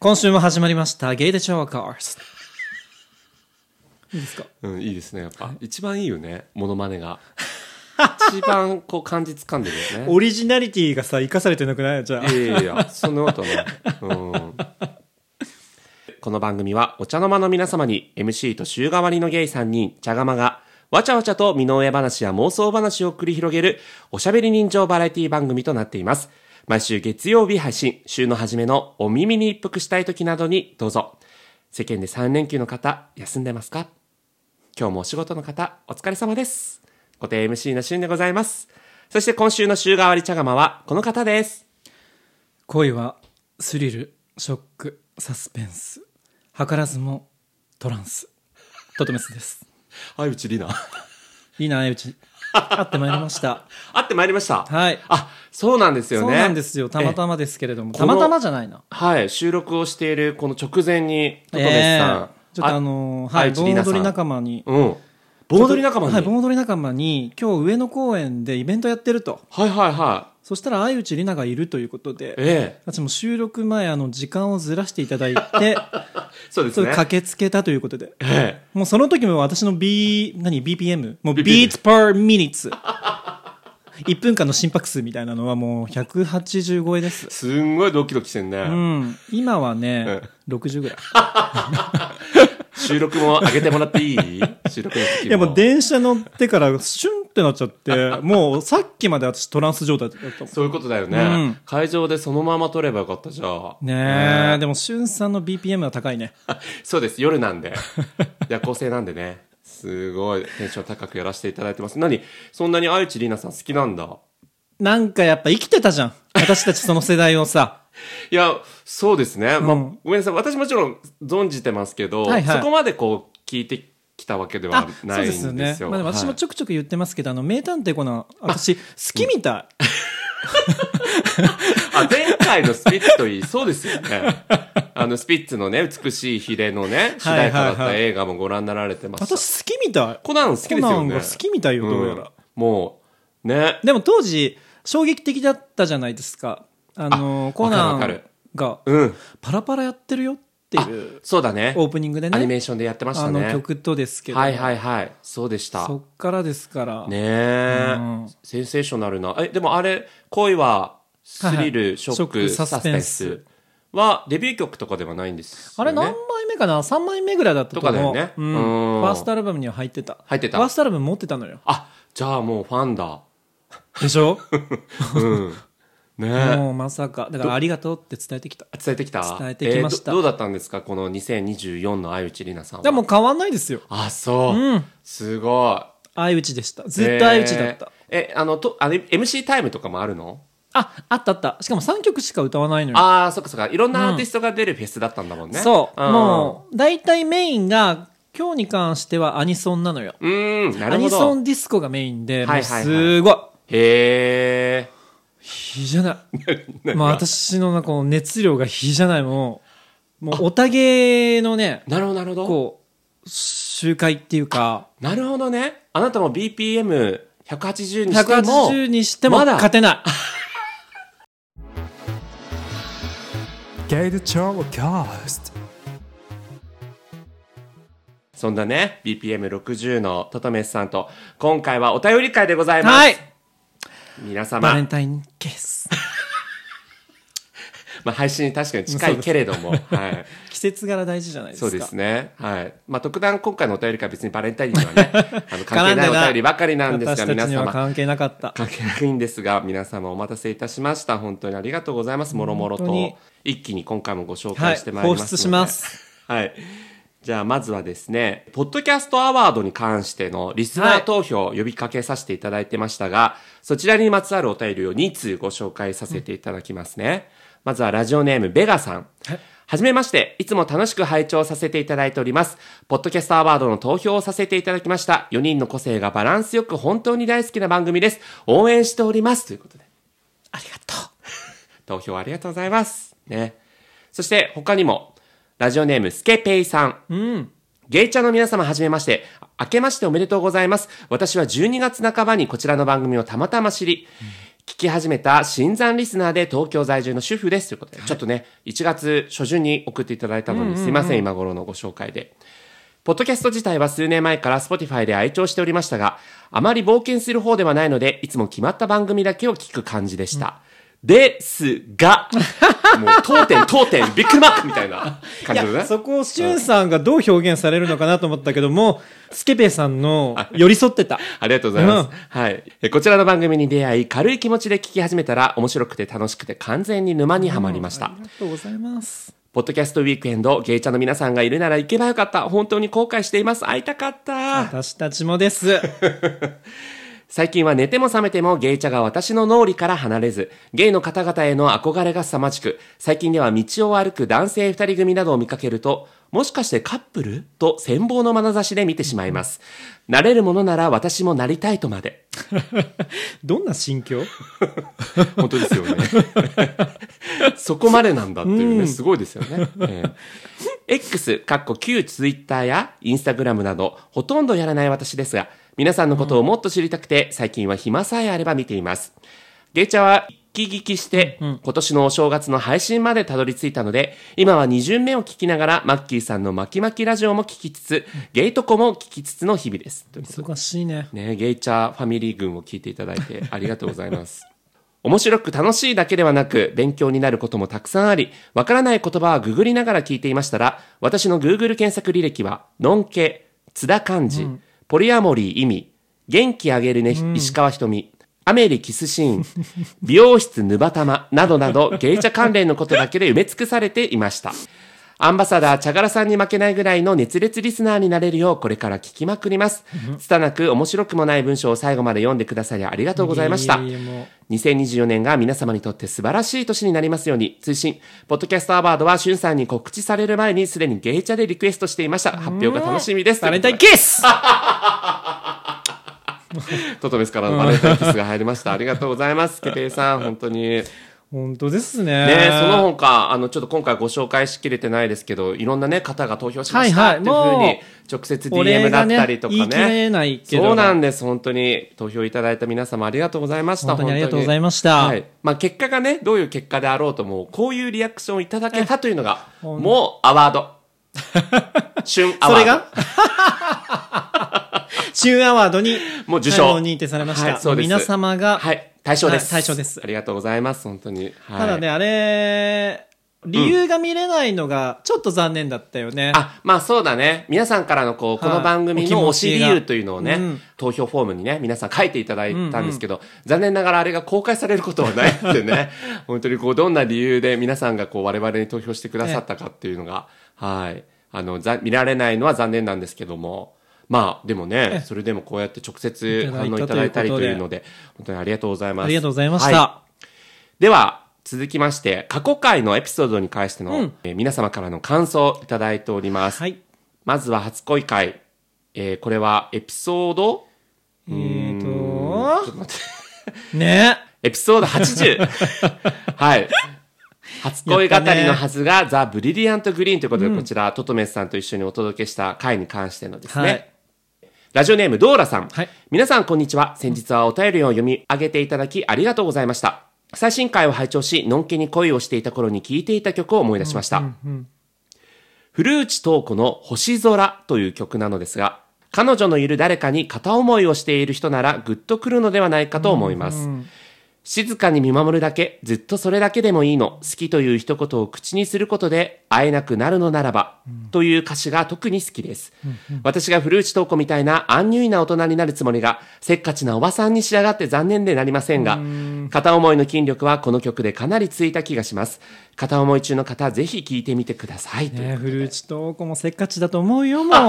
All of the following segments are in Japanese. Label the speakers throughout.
Speaker 1: 今週も始まりましたゲイで超カーズいいですか
Speaker 2: うん、いいですね。やっぱ、一番いいよね。モノマネが。一番、こう、感じつかんでるよね。
Speaker 1: オリジナリティがさ生かされてなくないじゃあ
Speaker 2: いやいやいや、そんなことない。うん。この番組は、お茶の間の皆様に、MC と週替わりのゲイ3人、茶釜が、わちゃわちゃと身の上話や妄想話を繰り広げる、おしゃべり人情バラエティ番組となっています。毎週月曜日配信、週の初めのお耳に一服したい時などに、どうぞ。世間で3連休の方、休んでますか今日もお仕事の方、お疲れ様です。固定 MC のしんでございます。そして今週の週替わり茶釜は、この方です。
Speaker 1: 恋はスリルショックサスペンス図らずもトランスととめすです
Speaker 2: はい、うちりな。
Speaker 1: いいなうち会ってまいりました
Speaker 2: 会ってまいりました。
Speaker 1: はい
Speaker 2: あ、そうなんですよね。
Speaker 1: そうなんですよたまたまですけれども
Speaker 2: え
Speaker 1: たまたまじゃないな
Speaker 2: えはい、収録をしているこの直前に、トトメスさん。
Speaker 1: ええちょっとあのーはい
Speaker 2: ち
Speaker 1: 盆
Speaker 2: りなさん
Speaker 1: 踊り仲間に
Speaker 2: うん。盆踊り仲間に。
Speaker 1: は
Speaker 2: はいい、はい
Speaker 1: 盆踊り仲間に今日上野公園でイベントやってると
Speaker 2: はいはい。
Speaker 1: そしたら相内里奈がいるということで
Speaker 2: ええ
Speaker 1: 私も収録前あの時間をずらしていただい て
Speaker 2: そうです
Speaker 1: そ
Speaker 2: ね
Speaker 1: れ。駆けつけたということで
Speaker 2: え
Speaker 1: もうその時も私の B 何 BPM もう
Speaker 2: BPM
Speaker 1: beats per minutes 1分間の心拍数みたいなのはもう180超えで
Speaker 2: え
Speaker 1: す
Speaker 2: すんごいドキドキしてんね。
Speaker 1: うん今はね60ぐらい
Speaker 2: 収録も上げてもらって いい収録の時も。
Speaker 1: いやもう電車乗ってからシュンってなっちゃって もうさっきまで私トランス状態だったもん
Speaker 2: そういうことだよね、
Speaker 1: うん
Speaker 2: 会場でそのまま撮ればよかったじゃあ。
Speaker 1: ねえ、でもしゅんさんの BPM は高いね
Speaker 2: そうです、夜なんで。夜行性なんでね。すごい、テンション高くやらせていただいてます。何そんなに愛知里奈さん好きなんだ
Speaker 1: なんかやっぱ生きてたじゃん私たちその世代をさ
Speaker 2: いや、そうですね。まあ、
Speaker 1: うん
Speaker 2: ごめんなさい。私もちろん存じてますけど、
Speaker 1: はいはい
Speaker 2: そこまでこう、聞いてきたわけでは
Speaker 1: あ
Speaker 2: ないんですよ。
Speaker 1: そうですよね、まあ、でも私も
Speaker 2: はい
Speaker 1: ちょくちょく言ってますけど、あの名探偵コナン私好きみたい、
Speaker 2: あ、前回のスピッツといい、そうです よね。あの、スピッツのね、美しいヒレのね、主題歌
Speaker 1: はいは
Speaker 2: だっ
Speaker 1: い
Speaker 2: た
Speaker 1: はい
Speaker 2: 映画もご覧になられてました。
Speaker 1: 私好きみたい
Speaker 2: コナン好きですよね。
Speaker 1: コナンが好きみたいよどうやら、
Speaker 2: んもう、ね。
Speaker 1: でも当時衝撃的だったじゃないですかあの
Speaker 2: あ
Speaker 1: コナ
Speaker 2: わかる
Speaker 1: ン
Speaker 2: わか
Speaker 1: が
Speaker 2: うん。
Speaker 1: パラパラやってるよっていう
Speaker 2: そうだね。
Speaker 1: オープニングでね
Speaker 2: アニメーションでやってました
Speaker 1: あ
Speaker 2: ね。
Speaker 1: の曲とですけど、
Speaker 2: はいはいはい。そうでした。
Speaker 1: そ
Speaker 2: ね
Speaker 1: っからですから、
Speaker 2: え、
Speaker 1: うん
Speaker 2: センセーショナルな。え、でもあれ、恋は、スリル、
Speaker 1: はいはい
Speaker 2: ショッ
Speaker 1: ショック
Speaker 2: ク、サスペン
Speaker 1: サス
Speaker 2: スは、デビュー曲とかではないんです
Speaker 1: あ
Speaker 2: よ、
Speaker 1: れ
Speaker 2: ね。
Speaker 1: 何枚目かな3枚目ぐらいだったと思う
Speaker 2: とかだよね
Speaker 1: うん
Speaker 2: うん
Speaker 1: ファーストアルバムには入ってた
Speaker 2: 入ってた
Speaker 1: ファーストアルバム持ってたのよ
Speaker 2: あ、じゃあもうファンだ。
Speaker 1: でしょ
Speaker 2: うん。ね え。
Speaker 1: もうまさかだからありがとうって伝えてきた
Speaker 2: 伝えてきた
Speaker 1: 伝えてきました
Speaker 2: えーどどうだったんですかこの2024の相内里奈さんは。
Speaker 1: でもう変わんないですよ
Speaker 2: あ、そう。
Speaker 1: うん
Speaker 2: すごい。
Speaker 1: 相打ちでしたずっと相打ちだった、
Speaker 2: えー。え、あの、と、あれ、MC タイムとかもあるの
Speaker 1: ああったあったしかも3曲しか歌わないのよ
Speaker 2: ああ、そっかそっか。いろんなアーティストが出るフェスだったんだもんね。
Speaker 1: そう、
Speaker 2: ん
Speaker 1: もう大体メインが今日に関してはアニソンなのよ
Speaker 2: うーん、な
Speaker 1: ア
Speaker 2: るほ
Speaker 1: ニ
Speaker 2: ど。
Speaker 1: ソンディスコがメインで、
Speaker 2: はいはいはい
Speaker 1: もうすごい
Speaker 2: へえ。
Speaker 1: 火じゃない まあ私のなこの熱量が火じゃないもうもうおたげのね
Speaker 2: なるほど、なるほど。
Speaker 1: こう集会っていうか
Speaker 2: なるほどね。あなたも BPM180 にしても。
Speaker 1: 180にしても
Speaker 2: まだ
Speaker 1: 勝てない
Speaker 3: ゲイル超カースト
Speaker 2: そんなね、BPM60 のトトメスさんと、今回はお便り会でございます。
Speaker 1: はい
Speaker 2: 皆
Speaker 1: バレン
Speaker 2: 様、
Speaker 1: タインケース
Speaker 2: まあ、配信に確かに近いけれども、 はい。
Speaker 1: 季節柄大事じゃないですか
Speaker 2: そうですね。はい。まあ、特段今回のお便り会は別にバレンタインに はね、あの、関係ないお便りばかりなんですが、
Speaker 1: 私た
Speaker 2: 皆
Speaker 1: ちには
Speaker 2: 様、
Speaker 1: 関係なかった
Speaker 2: 関係ないんですが、皆様お待たせいたしました。本当にありがとうございます。もろもろ
Speaker 1: 本当に
Speaker 2: と。一気に今回もご紹
Speaker 1: はい
Speaker 2: 介してまいりますので、
Speaker 1: 放出します。
Speaker 2: はい。じゃあ、まずはですね、ポッドキャストアワードに関してのリスナー投票を呼びかけさせていただいてましたが、そちらにまつわるお便りを2通ご紹介させていただきますね。まずはラジオネーム、ベガさん。はじめまして、いつも楽しく拝聴させていただいております。ポッドキャストアワードの投票をさせていただきました。4人の個性がバランスよく本当に大好きな番組です。応援しております。ということで。
Speaker 1: ありがとう
Speaker 2: 投票ありがとうございます。ね。そして他にも、ラジオネームスケペイさん。うん。ゲイチャの皆様はじめまして。明けましておめでとうございます。私は12月半ばにこちらの番組をたまたま知り、聞き始めた新参リスナーで東京在住の主婦ですということで、ちょっとね、1月初旬に送っていただいたのに、すいません、今頃のご紹介で。ポッドキャスト自体は数年前から Spotify で愛聴しておりましたが、あまり冒険する方ではないので、いつも決まった番組だけを聞く感じでした。ですが、もう当店当店ビッグマックみたいな感じのね。
Speaker 1: そこをしゅんさんがどう表現されるのかなと思ったけどもスケベさんの 寄り添ってた
Speaker 2: ありがとうございます。
Speaker 1: うん
Speaker 2: はい。えこちらの番組に出会い、軽い気持ちで聞き始めたら、面白くて楽しくて完全に沼にはまりました。
Speaker 1: ありがとうございます
Speaker 2: ポッドキャストウィークエンド、ゲイチャの皆さんがいるなら行けばよかった。本当に後悔しています。会いたかった。
Speaker 1: 私たちもです
Speaker 2: 最近は寝ても覚めてもゲイチャが私の脳裏から離れず、ゲイの方々への憧れが凄まじく、最近では道を歩く男性二人組などを見かけると、もしかしてカップルと羨望の眼差しで見てしまいます。なれるものなら私もなりたいとまで。
Speaker 1: どんな心境
Speaker 2: 本当ですよね。 そこまでなんだっていうね、すごいですよね。ええ X、かっこ旧 Twitter や Instagram など、ほとんどやらない私ですが、皆さんのことをもっと知りたくて、最近は暇さえあれば見ています。ゲイチャは、一気聞きして、今年のお正月の配信までたどり着いたので、今は2巡目を聞きながら、マッキーさんの巻き巻きラジオも聞きつつ、ゲイトコも聞きつつの日々です。ということで
Speaker 1: 忙しいね
Speaker 2: ね、ゲイチャーファミリー群を聞いていただいてありがとうございます。面白く楽しいだけではなく、勉強になることもたくさんあり、わからない言葉はググりながら聞いていましたら、私の Google 検索履歴は、のんけ、津田漢字、ポリアモリー意味、元気あげるね、石川ひとみ、アメリキスシーン、美容室ぬばたまなどなど、ゲイチャ関連のことだけで埋め尽くされていました。アンバサダー、茶柄さんに負けないぐらいの熱烈リスナーになれるよう、これから聞きまくります。拙なく面白くもない文章を最後まで読んでくださりありがとうございました。
Speaker 1: いえいえいえもう
Speaker 2: 2024年が皆様にとって素晴らしい年になりますように、追伸、ポッドキャストアワードは、しゅんさんに告知される前に、すでにゲイチャでリクエストしていました。発表が楽しみです。
Speaker 1: バレンタインキス
Speaker 2: トトメスからのバレンタインキスが入りました。ありがとうございます。ケペイさん、本当に。
Speaker 1: 本当ですね
Speaker 2: ね、その他、あの、ちょっと今回ご紹介しきれてないですけど、いろんなね、方が投票しました
Speaker 1: はいはい
Speaker 2: っていうふうに
Speaker 1: も、
Speaker 2: 直接
Speaker 1: お礼
Speaker 2: DM だ
Speaker 1: が
Speaker 2: っ
Speaker 1: ね
Speaker 2: たりとかね。
Speaker 1: 言い切れないけど
Speaker 2: そうなんです、本当に。投票いただいた皆様ありがとうございました。
Speaker 1: 本当にありがとうございました
Speaker 2: はい。まあ、結果がね、どういう結果であろうとも、こういうリアクションをいただけたというのが、もうアワ ード。旬ア
Speaker 1: そ
Speaker 2: ワード。
Speaker 1: れが 旬アワードに
Speaker 2: もう受賞
Speaker 1: あの認定されました、
Speaker 2: はいそうです
Speaker 1: 皆様が、
Speaker 2: はい。対象です。
Speaker 1: はい対象です
Speaker 2: ありがとうございます、本当に。はい
Speaker 1: ただねあれ理由が見れないのがちょっと残念だったよね、
Speaker 2: あ、まあそうだね。皆さんからのこう、
Speaker 1: はい
Speaker 2: この番組
Speaker 1: お
Speaker 2: の
Speaker 1: 気持
Speaker 2: 推し
Speaker 1: ち
Speaker 2: 理
Speaker 1: が
Speaker 2: 由というのをね、
Speaker 1: うん
Speaker 2: 投票フォームにね、皆さん書いていただいたんですけど、残念ながらあれが公開されることはないっ てね、本当にこう、どんな理由で皆さんがこう、我々に投票してくださったかっていうのが、はい。あの、ざ見られないのは残念なんですけども、まあ、でもね、それでもこうやって直接反応いただいたりというので、本当にありがとうございます。
Speaker 1: ありがとうございまし
Speaker 2: は
Speaker 1: た、
Speaker 2: では、続きまして、過去回のエピソードに関しての、えー皆様からの感想をいただいております。
Speaker 1: はい
Speaker 2: まずは初恋回。えーこれはエピソード、
Speaker 1: えーとね
Speaker 2: エピソード80。はい。初恋語りのはずが、ザ・ブリリアント・グリーンということで、こちら、トトメスさんと一緒にお届けした回に関してのですね。
Speaker 1: はい
Speaker 2: ラジオネーム、ドーラさん。
Speaker 1: はい
Speaker 2: 皆さん、こんにちは。先日はお便りを読み上げていただき、ありがとうございました。最新回を拝聴し、のんけに恋をしていた頃に聴いていた曲を思い出しました。古内東子の星空という曲なのですが、彼女のいる誰かに片思いをしている人ならグッとくるのではないかと思います。静かに見守るだけ、ずっとそれだけでもいいの、好きという一言を口にすることで会えなくなるのならば、という歌詞が特に好きです。私が古内東子みたいな安ュイな大人になるつもりが、せっかちなおばさんに仕上がって残念でなりませんが、片思いの筋力はこの曲でかなりついた気がします。片思い中の方、ぜひ聴いてみてください。という
Speaker 1: ね
Speaker 2: ことで
Speaker 1: 古内東子もせっかちだと思うよもう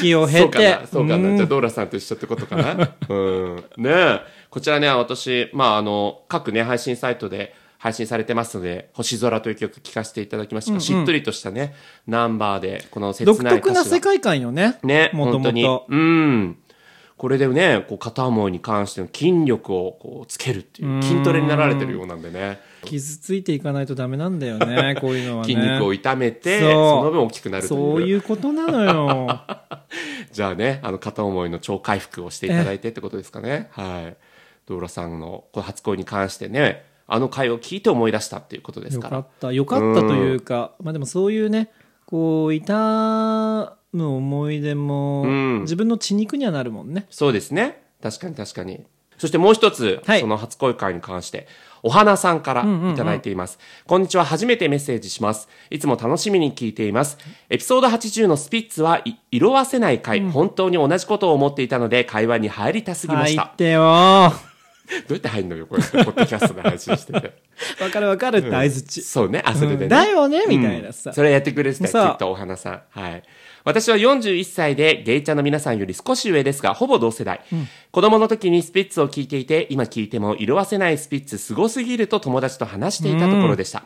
Speaker 1: 時を経て
Speaker 2: そうかな、そうか
Speaker 1: う
Speaker 2: な。
Speaker 1: ん
Speaker 2: じゃあ、ドーラさんと一緒ってことか な。うん。ねえ。こちらね、私、まあ、あの、各ね、配信サイトで配信されてますので、星空という曲聴かせていただきましたが、しっとりとしたね、ナンバーで、この切ない
Speaker 1: 独
Speaker 2: 歌詞が
Speaker 1: 特な世界観よね
Speaker 2: ね、
Speaker 1: もと
Speaker 2: 本当
Speaker 1: も
Speaker 2: に。
Speaker 1: と
Speaker 2: うん。これでね、こう片思いに関しての筋力をこうつけるっていう、筋トレになられてるようなんでね、
Speaker 1: 傷ついていかないとダメなんだよねこういうのはね
Speaker 2: 筋肉を痛めて、
Speaker 1: そう
Speaker 2: その分大きくなるという。
Speaker 1: そういうことなのよ
Speaker 2: じゃあね、あの、片思いの超回復をしていただいてってことですかね。はい。ドーラさんのこう初恋に関してねあの回を聞いて思い出したっていうことです
Speaker 1: よ
Speaker 2: か
Speaker 1: からったよかったというか、まあでもそういうねこう痛む思い出も、
Speaker 2: うん
Speaker 1: 自分の血肉にはなるもんね
Speaker 2: そうですね確かに確かにそしてもう一つ、
Speaker 1: はい
Speaker 2: その初恋会に関してお花さんからいただいています、こんにちは初めてメッセージしますいつも楽しみに聞いていますエピソード80のスピッツはい色褪せない回、本当に同じことを思っていたので会話に入りたすぎま
Speaker 1: 入
Speaker 2: した、
Speaker 1: ってよ ー
Speaker 2: どうやって入るのよこうやってポッドキャストで配信してて
Speaker 1: わかるわかるって相づち、
Speaker 2: そうねあそれでね、
Speaker 1: うんだよねみたいなさ、
Speaker 2: それやってくれてたよ、
Speaker 1: さあ
Speaker 2: きっとお花さん。はい。私は41歳で、ゲイちゃんの皆さんより少し上ですが、ほぼ同世代。子供の時にスピッツを聴いていて、今聴いても色褪せないスピッツすごすぎると友達と話していたところでした。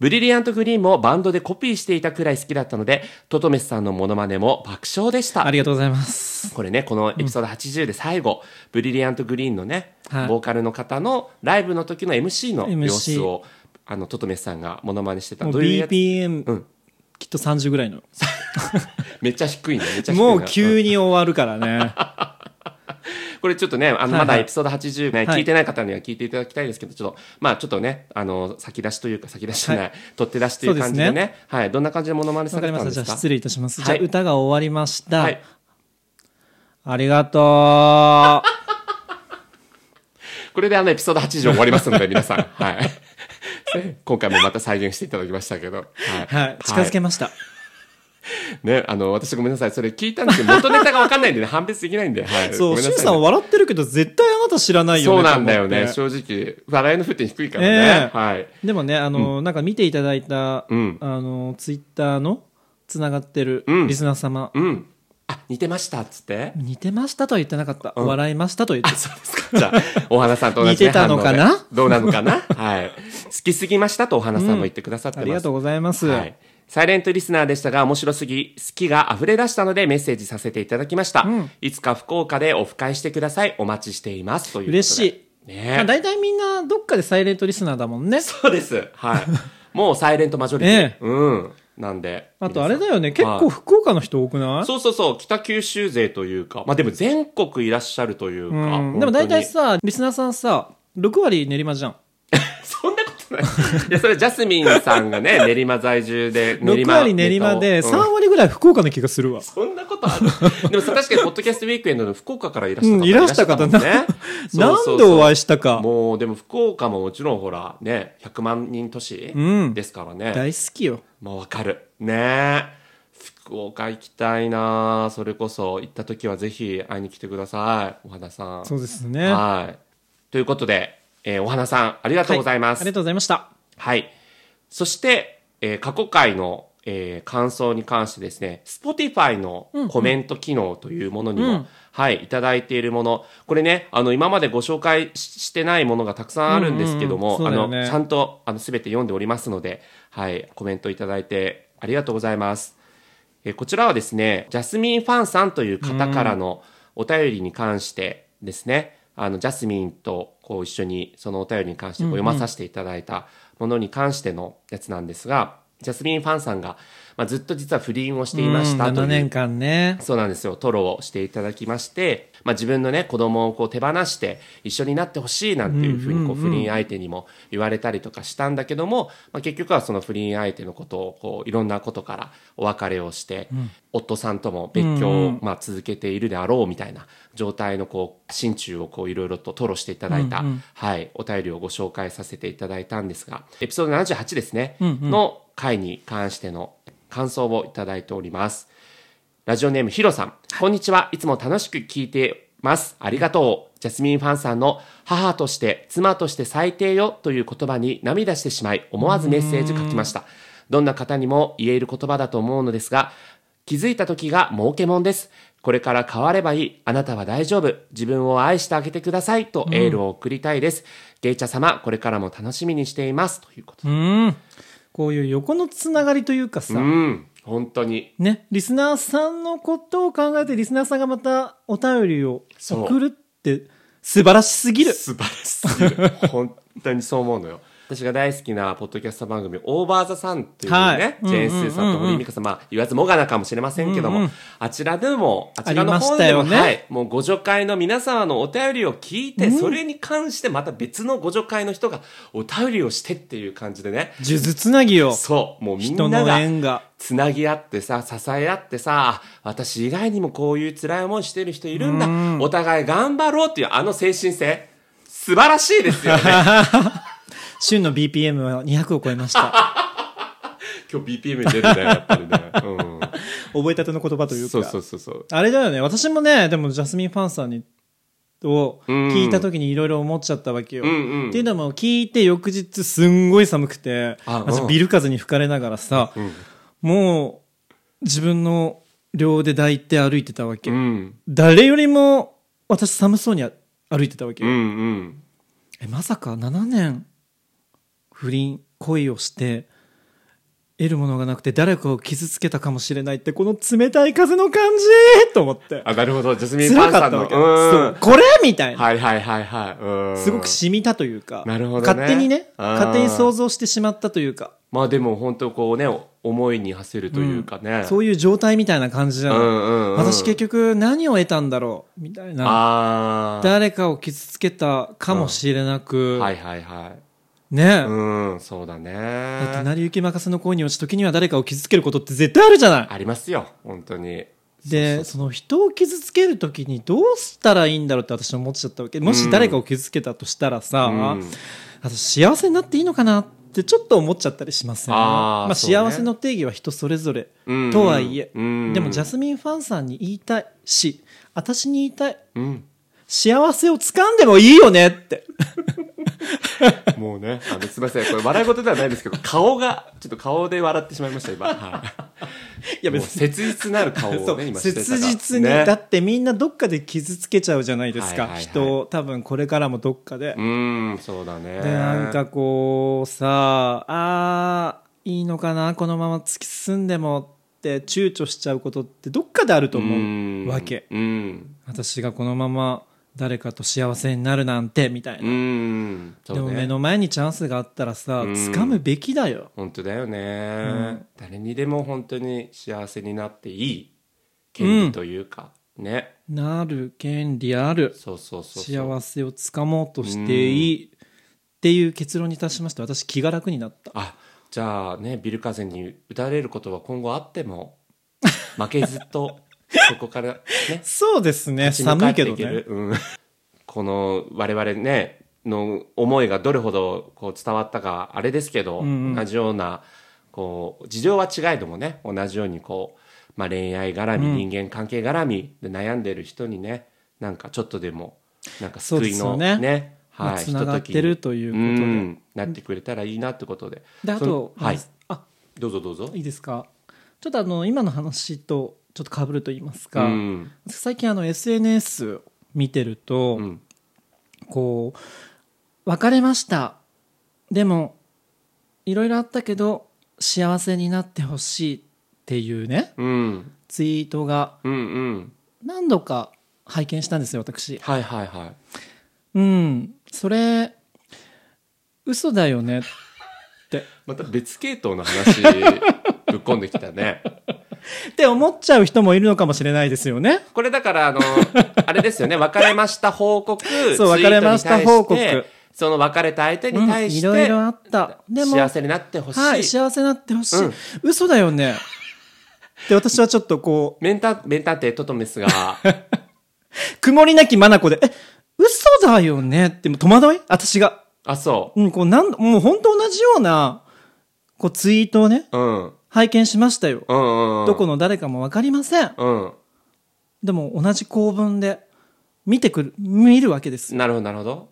Speaker 2: ブリリアントグリーンもバンドでコピーしていたくらい好きだったので、トトメスさんのモノマネも爆笑でした
Speaker 1: あ。りがとうございます
Speaker 2: これね、このエピソード80で最後、ブリリアントグリーンのね、
Speaker 1: はい
Speaker 2: ボーカルの方のライブの時の MC の
Speaker 1: MC
Speaker 2: 様子を、あの、トトメスさんがモノマネしてた
Speaker 1: もう
Speaker 2: どういうやつ
Speaker 1: BPM、
Speaker 2: うん
Speaker 1: きっと30ぐらいの
Speaker 2: めっちゃ低いね。めっちゃ低いな
Speaker 1: もう急に終わるからね
Speaker 2: うんこれちょっとね、あの、
Speaker 1: はいは
Speaker 2: ま
Speaker 1: い
Speaker 2: だエピソード80ね、
Speaker 1: はい
Speaker 2: 聞いてない方には聞いていただきたいですけど、ちょっと、まあちょっとね、あの、先出しというか、先出しじゃない、取って出しという感じで
Speaker 1: そうで
Speaker 2: ね、はい、どんな感じでモノマネさ
Speaker 1: わ
Speaker 2: れ
Speaker 1: かり
Speaker 2: て
Speaker 1: ま
Speaker 2: た
Speaker 1: し
Speaker 2: ん
Speaker 1: たじ
Speaker 2: ですか
Speaker 1: ゃあ失礼いたします、
Speaker 2: はい
Speaker 1: じゃあ歌が終わりました、
Speaker 2: はい。
Speaker 1: ありがとう
Speaker 2: これであの、エピソード80終わりますので、皆さん。はい。 今回もまた再現していただきましたけど。はい。
Speaker 1: はい近づけました、
Speaker 2: ね、あの、私ごめんなさい。それ聞いたんですけど、元ネタがわか んないんでね、判別できないんで。はい。
Speaker 1: そ
Speaker 2: ご
Speaker 1: う、
Speaker 2: めん
Speaker 1: シ
Speaker 2: な
Speaker 1: ン
Speaker 2: さい
Speaker 1: さ
Speaker 2: ね
Speaker 1: ん笑ってるけど、絶対あなた知らないよね。
Speaker 2: そうなんだよ
Speaker 1: と
Speaker 2: ね。
Speaker 1: 思って
Speaker 2: 正直、笑いの沸点低いからね。
Speaker 1: ええ
Speaker 2: はい。
Speaker 1: でもね、あの、なんか見ていただいた、
Speaker 2: うん
Speaker 1: あの、ツイッターの、つながってる
Speaker 2: うん
Speaker 1: リスナー様、
Speaker 2: うん。あ、似てましたっつって。
Speaker 1: 似てましたとは言ってなかった。笑いましたとは言って。
Speaker 2: そうですか。じゃあ、お花さんと同じ、ね、
Speaker 1: 似てたのかな
Speaker 2: 反応でどうなのかなはい。好きすぎましたとお花さんも言ってくださっ
Speaker 1: あ
Speaker 2: てます。
Speaker 1: りがとうございます。
Speaker 2: はい。サイレントリスナーでしたが、面白すぎ、好きが溢れ出したのでメッセージさせていただきました。いつか福岡でオフ会してください。お待ちしています。ということで。
Speaker 1: 嬉しい。
Speaker 2: ね
Speaker 1: ま
Speaker 2: え
Speaker 1: あ、大体みんな、どっかでサイレントリスナーだもんね。
Speaker 2: そうです。 はい。もうサイレントマジョリティ。
Speaker 1: ええ
Speaker 2: うん。なんで。
Speaker 1: あと、あれだよね、結
Speaker 2: 皆さん
Speaker 1: 構福岡の人多くない
Speaker 2: そうそうそう、北九州勢というか、まあでも全国いらっしゃるというか。
Speaker 1: うんでも大体
Speaker 2: 本当に
Speaker 1: さ、リスナーさんさ、6割練馬じゃん。
Speaker 2: そんなことない。いや、それジャスミンさんが ね、練馬在住で、
Speaker 1: 6割練馬で、
Speaker 2: ネタをうん
Speaker 1: 3割ぐらい福岡の気がするわ。
Speaker 2: そんなことある。でも確かに、ポッドキャストウィークエンドの福岡からいらっしゃ
Speaker 1: う
Speaker 2: った
Speaker 1: ん
Speaker 2: 方
Speaker 1: いらした方
Speaker 2: い
Speaker 1: な。
Speaker 2: らっしゃったもんね
Speaker 1: 何度お会いしたか
Speaker 2: もう、でも福岡ももちろんほら、ね、100万人都市
Speaker 1: うん
Speaker 2: ですからね。
Speaker 1: 大好きよ。
Speaker 2: もうわかる。ねえ。福岡行きたいなそれこそ、行った時はぜひ会いに来てください。お花さん。
Speaker 1: そうですね。
Speaker 2: はい。ということで、えーお花さん、ありがとうございます。
Speaker 1: ありがとうございました。
Speaker 2: はい。そして、えー過去回の、えー感想に関してですね、Spotify のコメント機能というものにも、はい、いただいているもの。これね、あの、今までご紹介ししてないものがたくさんあるんですけども、
Speaker 1: うんうんそうだ
Speaker 2: あ
Speaker 1: よね
Speaker 2: の、ちゃんと、あの、すべて読んでおりますので、はい、コメントいただいてありがとうございます。えーこちらはですね、ジャスミンファンさんという方からのお便りに関してですね、あの、ジャスミンとこう一緒にそのお便りに関してこう読まさせていただいたものに関してのやつなんですが、ジャスミンファンさんが、まあ、ずっと実は不倫をしていました
Speaker 1: うん
Speaker 2: とい
Speaker 1: 7
Speaker 2: う
Speaker 1: 年間ね。
Speaker 2: そうなんですよ。トロをしていただきまして、まあ、自分のね、子供をこう手放して一緒になってほしいなんていうふうにこう不倫相手にも言われたりとかしたんだけども、まあ、結局はその不倫相手のことをこういろんなことからお別れをして、夫さんとも別居をまあ続けているであろうみたいな状態のこう、心中をこういろいろと吐露していただいた、はい、お便りをご紹介させていただいたんですが、エピソード78ですね、の回に関しての感想をいただいております。ラジオネームヒロさん。こんにちは。いつも楽しく聞いてます。ありがとう。ジャスミンファンさんの母として、妻として最低よという言葉に涙してしまい、思わずメッセージ書きました。どんな方にも言える言葉だと思うのですが、気づいた時が儲けもんです。これから変わればいい。あなたは大丈夫。自分を愛してあげてください。とエールを送りたいです。ゲイチャ様、これからも楽しみにしています。ということで。
Speaker 1: うん。こういう横のつながりというかさ、
Speaker 2: うん。本当に。
Speaker 1: ね、リスナーさんのことを考えて、リスナーさんがまたお便りを
Speaker 2: そう
Speaker 1: 送るって、素晴らしすぎる。
Speaker 2: 素晴らしすぎる本当にそう思うのよ 私が大好きなポッドキャスト番組、オーバーザサンっていうね、
Speaker 1: はい
Speaker 2: ジェーン・スーさんと堀井美香さん、まあ、言わずもがなかもしれませんけども、あちらでも、あちらの方でも、
Speaker 1: ありましたよね
Speaker 2: はい、もうご助会の皆様のお便りを聞いて、それに関してまた別のご助会の人がお便りをしてっていう感じでね、
Speaker 1: 数珠つなぎよ
Speaker 2: そう、もうみん
Speaker 1: 人
Speaker 2: な
Speaker 1: の
Speaker 2: が、
Speaker 1: 縁が
Speaker 2: つなぎ合ってさ、支え合ってさ、私以外にもこういう辛い思いしてる人いるんだ。お互い頑張ろうっていうあの精神性、素晴らしいです よね。
Speaker 1: 旬の BPM は200を超えました
Speaker 2: 今日 BPM 出るね、やっぱりね。
Speaker 1: 覚えたての言葉と
Speaker 2: う。
Speaker 1: いうんか
Speaker 2: そうそうそうそう。
Speaker 1: あれだよね私もねでもジャスミン・ファンさんにを聞いた時にいろいろ思っちゃったわけよ、
Speaker 2: んうん
Speaker 1: っていうのも聞いて翌日すんごい寒くて
Speaker 2: あ
Speaker 1: まず
Speaker 2: うん
Speaker 1: ビル風に吹かれながらさ、もう自分の両で抱いて歩いてたわけ、
Speaker 2: うん。
Speaker 1: 誰よりも私寒そうに歩いてたわけ
Speaker 2: うん
Speaker 1: よ、
Speaker 2: うん。
Speaker 1: えまさか7年不倫恋をして得るものがなくて誰かを傷つけたかもしれないってこの冷たい風の感じと思って
Speaker 2: あ、なるほど。ジャスミン・パ
Speaker 1: 辛
Speaker 2: ンさ
Speaker 1: かっ
Speaker 2: ん
Speaker 1: た
Speaker 2: の。
Speaker 1: わけ、そう
Speaker 2: う
Speaker 1: これみたい
Speaker 2: ん。
Speaker 1: な、
Speaker 2: はいはいはいはい。うん。
Speaker 1: すごく染みたというか
Speaker 2: なるほどね
Speaker 1: 勝手にね
Speaker 2: あー
Speaker 1: 勝手に想像してしまったというか、
Speaker 2: まあでも本当こうね、思いに馳せるというかね。
Speaker 1: そういう状態みたいな感じじゃ
Speaker 2: うん
Speaker 1: ない、
Speaker 2: うんうん。
Speaker 1: 私結局何を得たんだろうみたいな
Speaker 2: ああ。
Speaker 1: 誰かを傷つけたかもしれなく、
Speaker 2: はいはいはい。
Speaker 1: ね、
Speaker 2: うん、そうだ
Speaker 1: だって
Speaker 2: ね。
Speaker 1: 成り行き任せの恋に落ちた時には誰かを傷つけることって絶対あるじゃない
Speaker 2: ありますよ、本当に。
Speaker 1: でその人を傷つける時にどうしたらいいんだろうって私は思っちゃったわけもし誰かを傷つけたとしたらさ、
Speaker 2: うん
Speaker 1: 私幸せになっていいのかなってちょっと思っちゃったりしますよね
Speaker 2: あー
Speaker 1: まあ、
Speaker 2: そうね
Speaker 1: 幸せの定義は人それぞれ
Speaker 2: うん
Speaker 1: とはいえ、
Speaker 2: うん
Speaker 1: でもジャスミンファンさんに言いたいし私に言いたい
Speaker 2: うん。
Speaker 1: 幸せを掴んでもいいよねって
Speaker 2: もうね、あの、すみません、これ笑い事ではないですけど、顔が、ちょっと顔で笑ってしまいました、今。 はい。
Speaker 1: いや
Speaker 2: もう
Speaker 1: 別に
Speaker 2: 切実なる顔
Speaker 1: そ
Speaker 2: を
Speaker 1: う
Speaker 2: ね、今してたから
Speaker 1: 切実に、
Speaker 2: ね
Speaker 1: だってみんなどっかで傷つけちゃうじゃないですか、
Speaker 2: はいはいはい
Speaker 1: 人を多分これからもどっかで、
Speaker 2: うん、そうだね。
Speaker 1: でなんかこうさあーいいのかなこのまま突き進んでもって躊躇しちゃうことってどっかであると
Speaker 2: うん、
Speaker 1: 思うわけ
Speaker 2: うん。
Speaker 1: 私がこのまま誰かと幸せになるなんてみたいな、
Speaker 2: うん。そう
Speaker 1: でも目
Speaker 2: ね。
Speaker 1: の前にチャンスがあったらさ
Speaker 2: うん
Speaker 1: 掴むべきだよ
Speaker 2: 本当だよね、
Speaker 1: ん
Speaker 2: 誰にでも本当に幸せになっていい権利というか、ね。
Speaker 1: なる権利ある
Speaker 2: そうそうそうそう。
Speaker 1: 幸せを掴もうとしていいっていう結論に達しまして私気が楽になった
Speaker 2: あじゃあねビル風に打たれることは今後あっ ても負けずとそこから ね
Speaker 1: そうですね
Speaker 2: 立ち向か
Speaker 1: 寒
Speaker 2: っ
Speaker 1: い
Speaker 2: て
Speaker 1: けど
Speaker 2: け
Speaker 1: ね
Speaker 2: るうん、この我々ねの思いがどれほどこう伝わったかあれですけど、
Speaker 1: んうん
Speaker 2: 同じようなこう事情は違いどもね同じようにこう、まあ、恋愛絡み、人間関係絡みで悩んでる人にねなんかちょっとでもなんか救い
Speaker 1: そ
Speaker 2: の
Speaker 1: うです
Speaker 2: ね
Speaker 1: よねまあ
Speaker 2: はい、
Speaker 1: つながってるということで
Speaker 2: ひとときにんなってくれたらいいなってことで。
Speaker 1: であ
Speaker 2: その
Speaker 1: と
Speaker 2: はい、
Speaker 1: あ
Speaker 2: どうぞどうぞ。
Speaker 1: いいですかちょっとあの今の話とちょっとかぶると言いますか、
Speaker 2: うん
Speaker 1: 最近あの SNS 見てると、
Speaker 2: うん
Speaker 1: こう別れましたでもいろいろあったけど幸せになってほしいっていうね
Speaker 2: うん
Speaker 1: ツイートが
Speaker 2: うんうん
Speaker 1: 何度か拝見したんですよ私
Speaker 2: はいはいはい
Speaker 1: うんそれ嘘だよねって
Speaker 2: また別系統の話ぶっこんできたね
Speaker 1: って思っちゃう人もいるのかもしれないですよね
Speaker 2: これだからあのあれですよね別れました報告
Speaker 1: そう
Speaker 2: ツイートに対して
Speaker 1: 別れました報告
Speaker 2: その別れた相手に対して、
Speaker 1: うんいろいろあったでも
Speaker 2: 幸せになってほしい、
Speaker 1: はい、幸せになってほしい、
Speaker 2: うん
Speaker 1: 嘘だよ ねで私はちょっとこ
Speaker 2: メンタメンタってトトメスが
Speaker 1: う曇りなき眼で「え嘘だよね」ってもう戸惑い私が、
Speaker 2: あそ
Speaker 1: うん、こうなんもう本当同じようなこうツイートをね
Speaker 2: う、うん、うん
Speaker 1: 拝見しましたよ、
Speaker 2: うんうん
Speaker 1: どこの誰かも分かりません
Speaker 2: う
Speaker 1: でも同じ構文で見てくる見るわけです
Speaker 2: んなるほどなるほど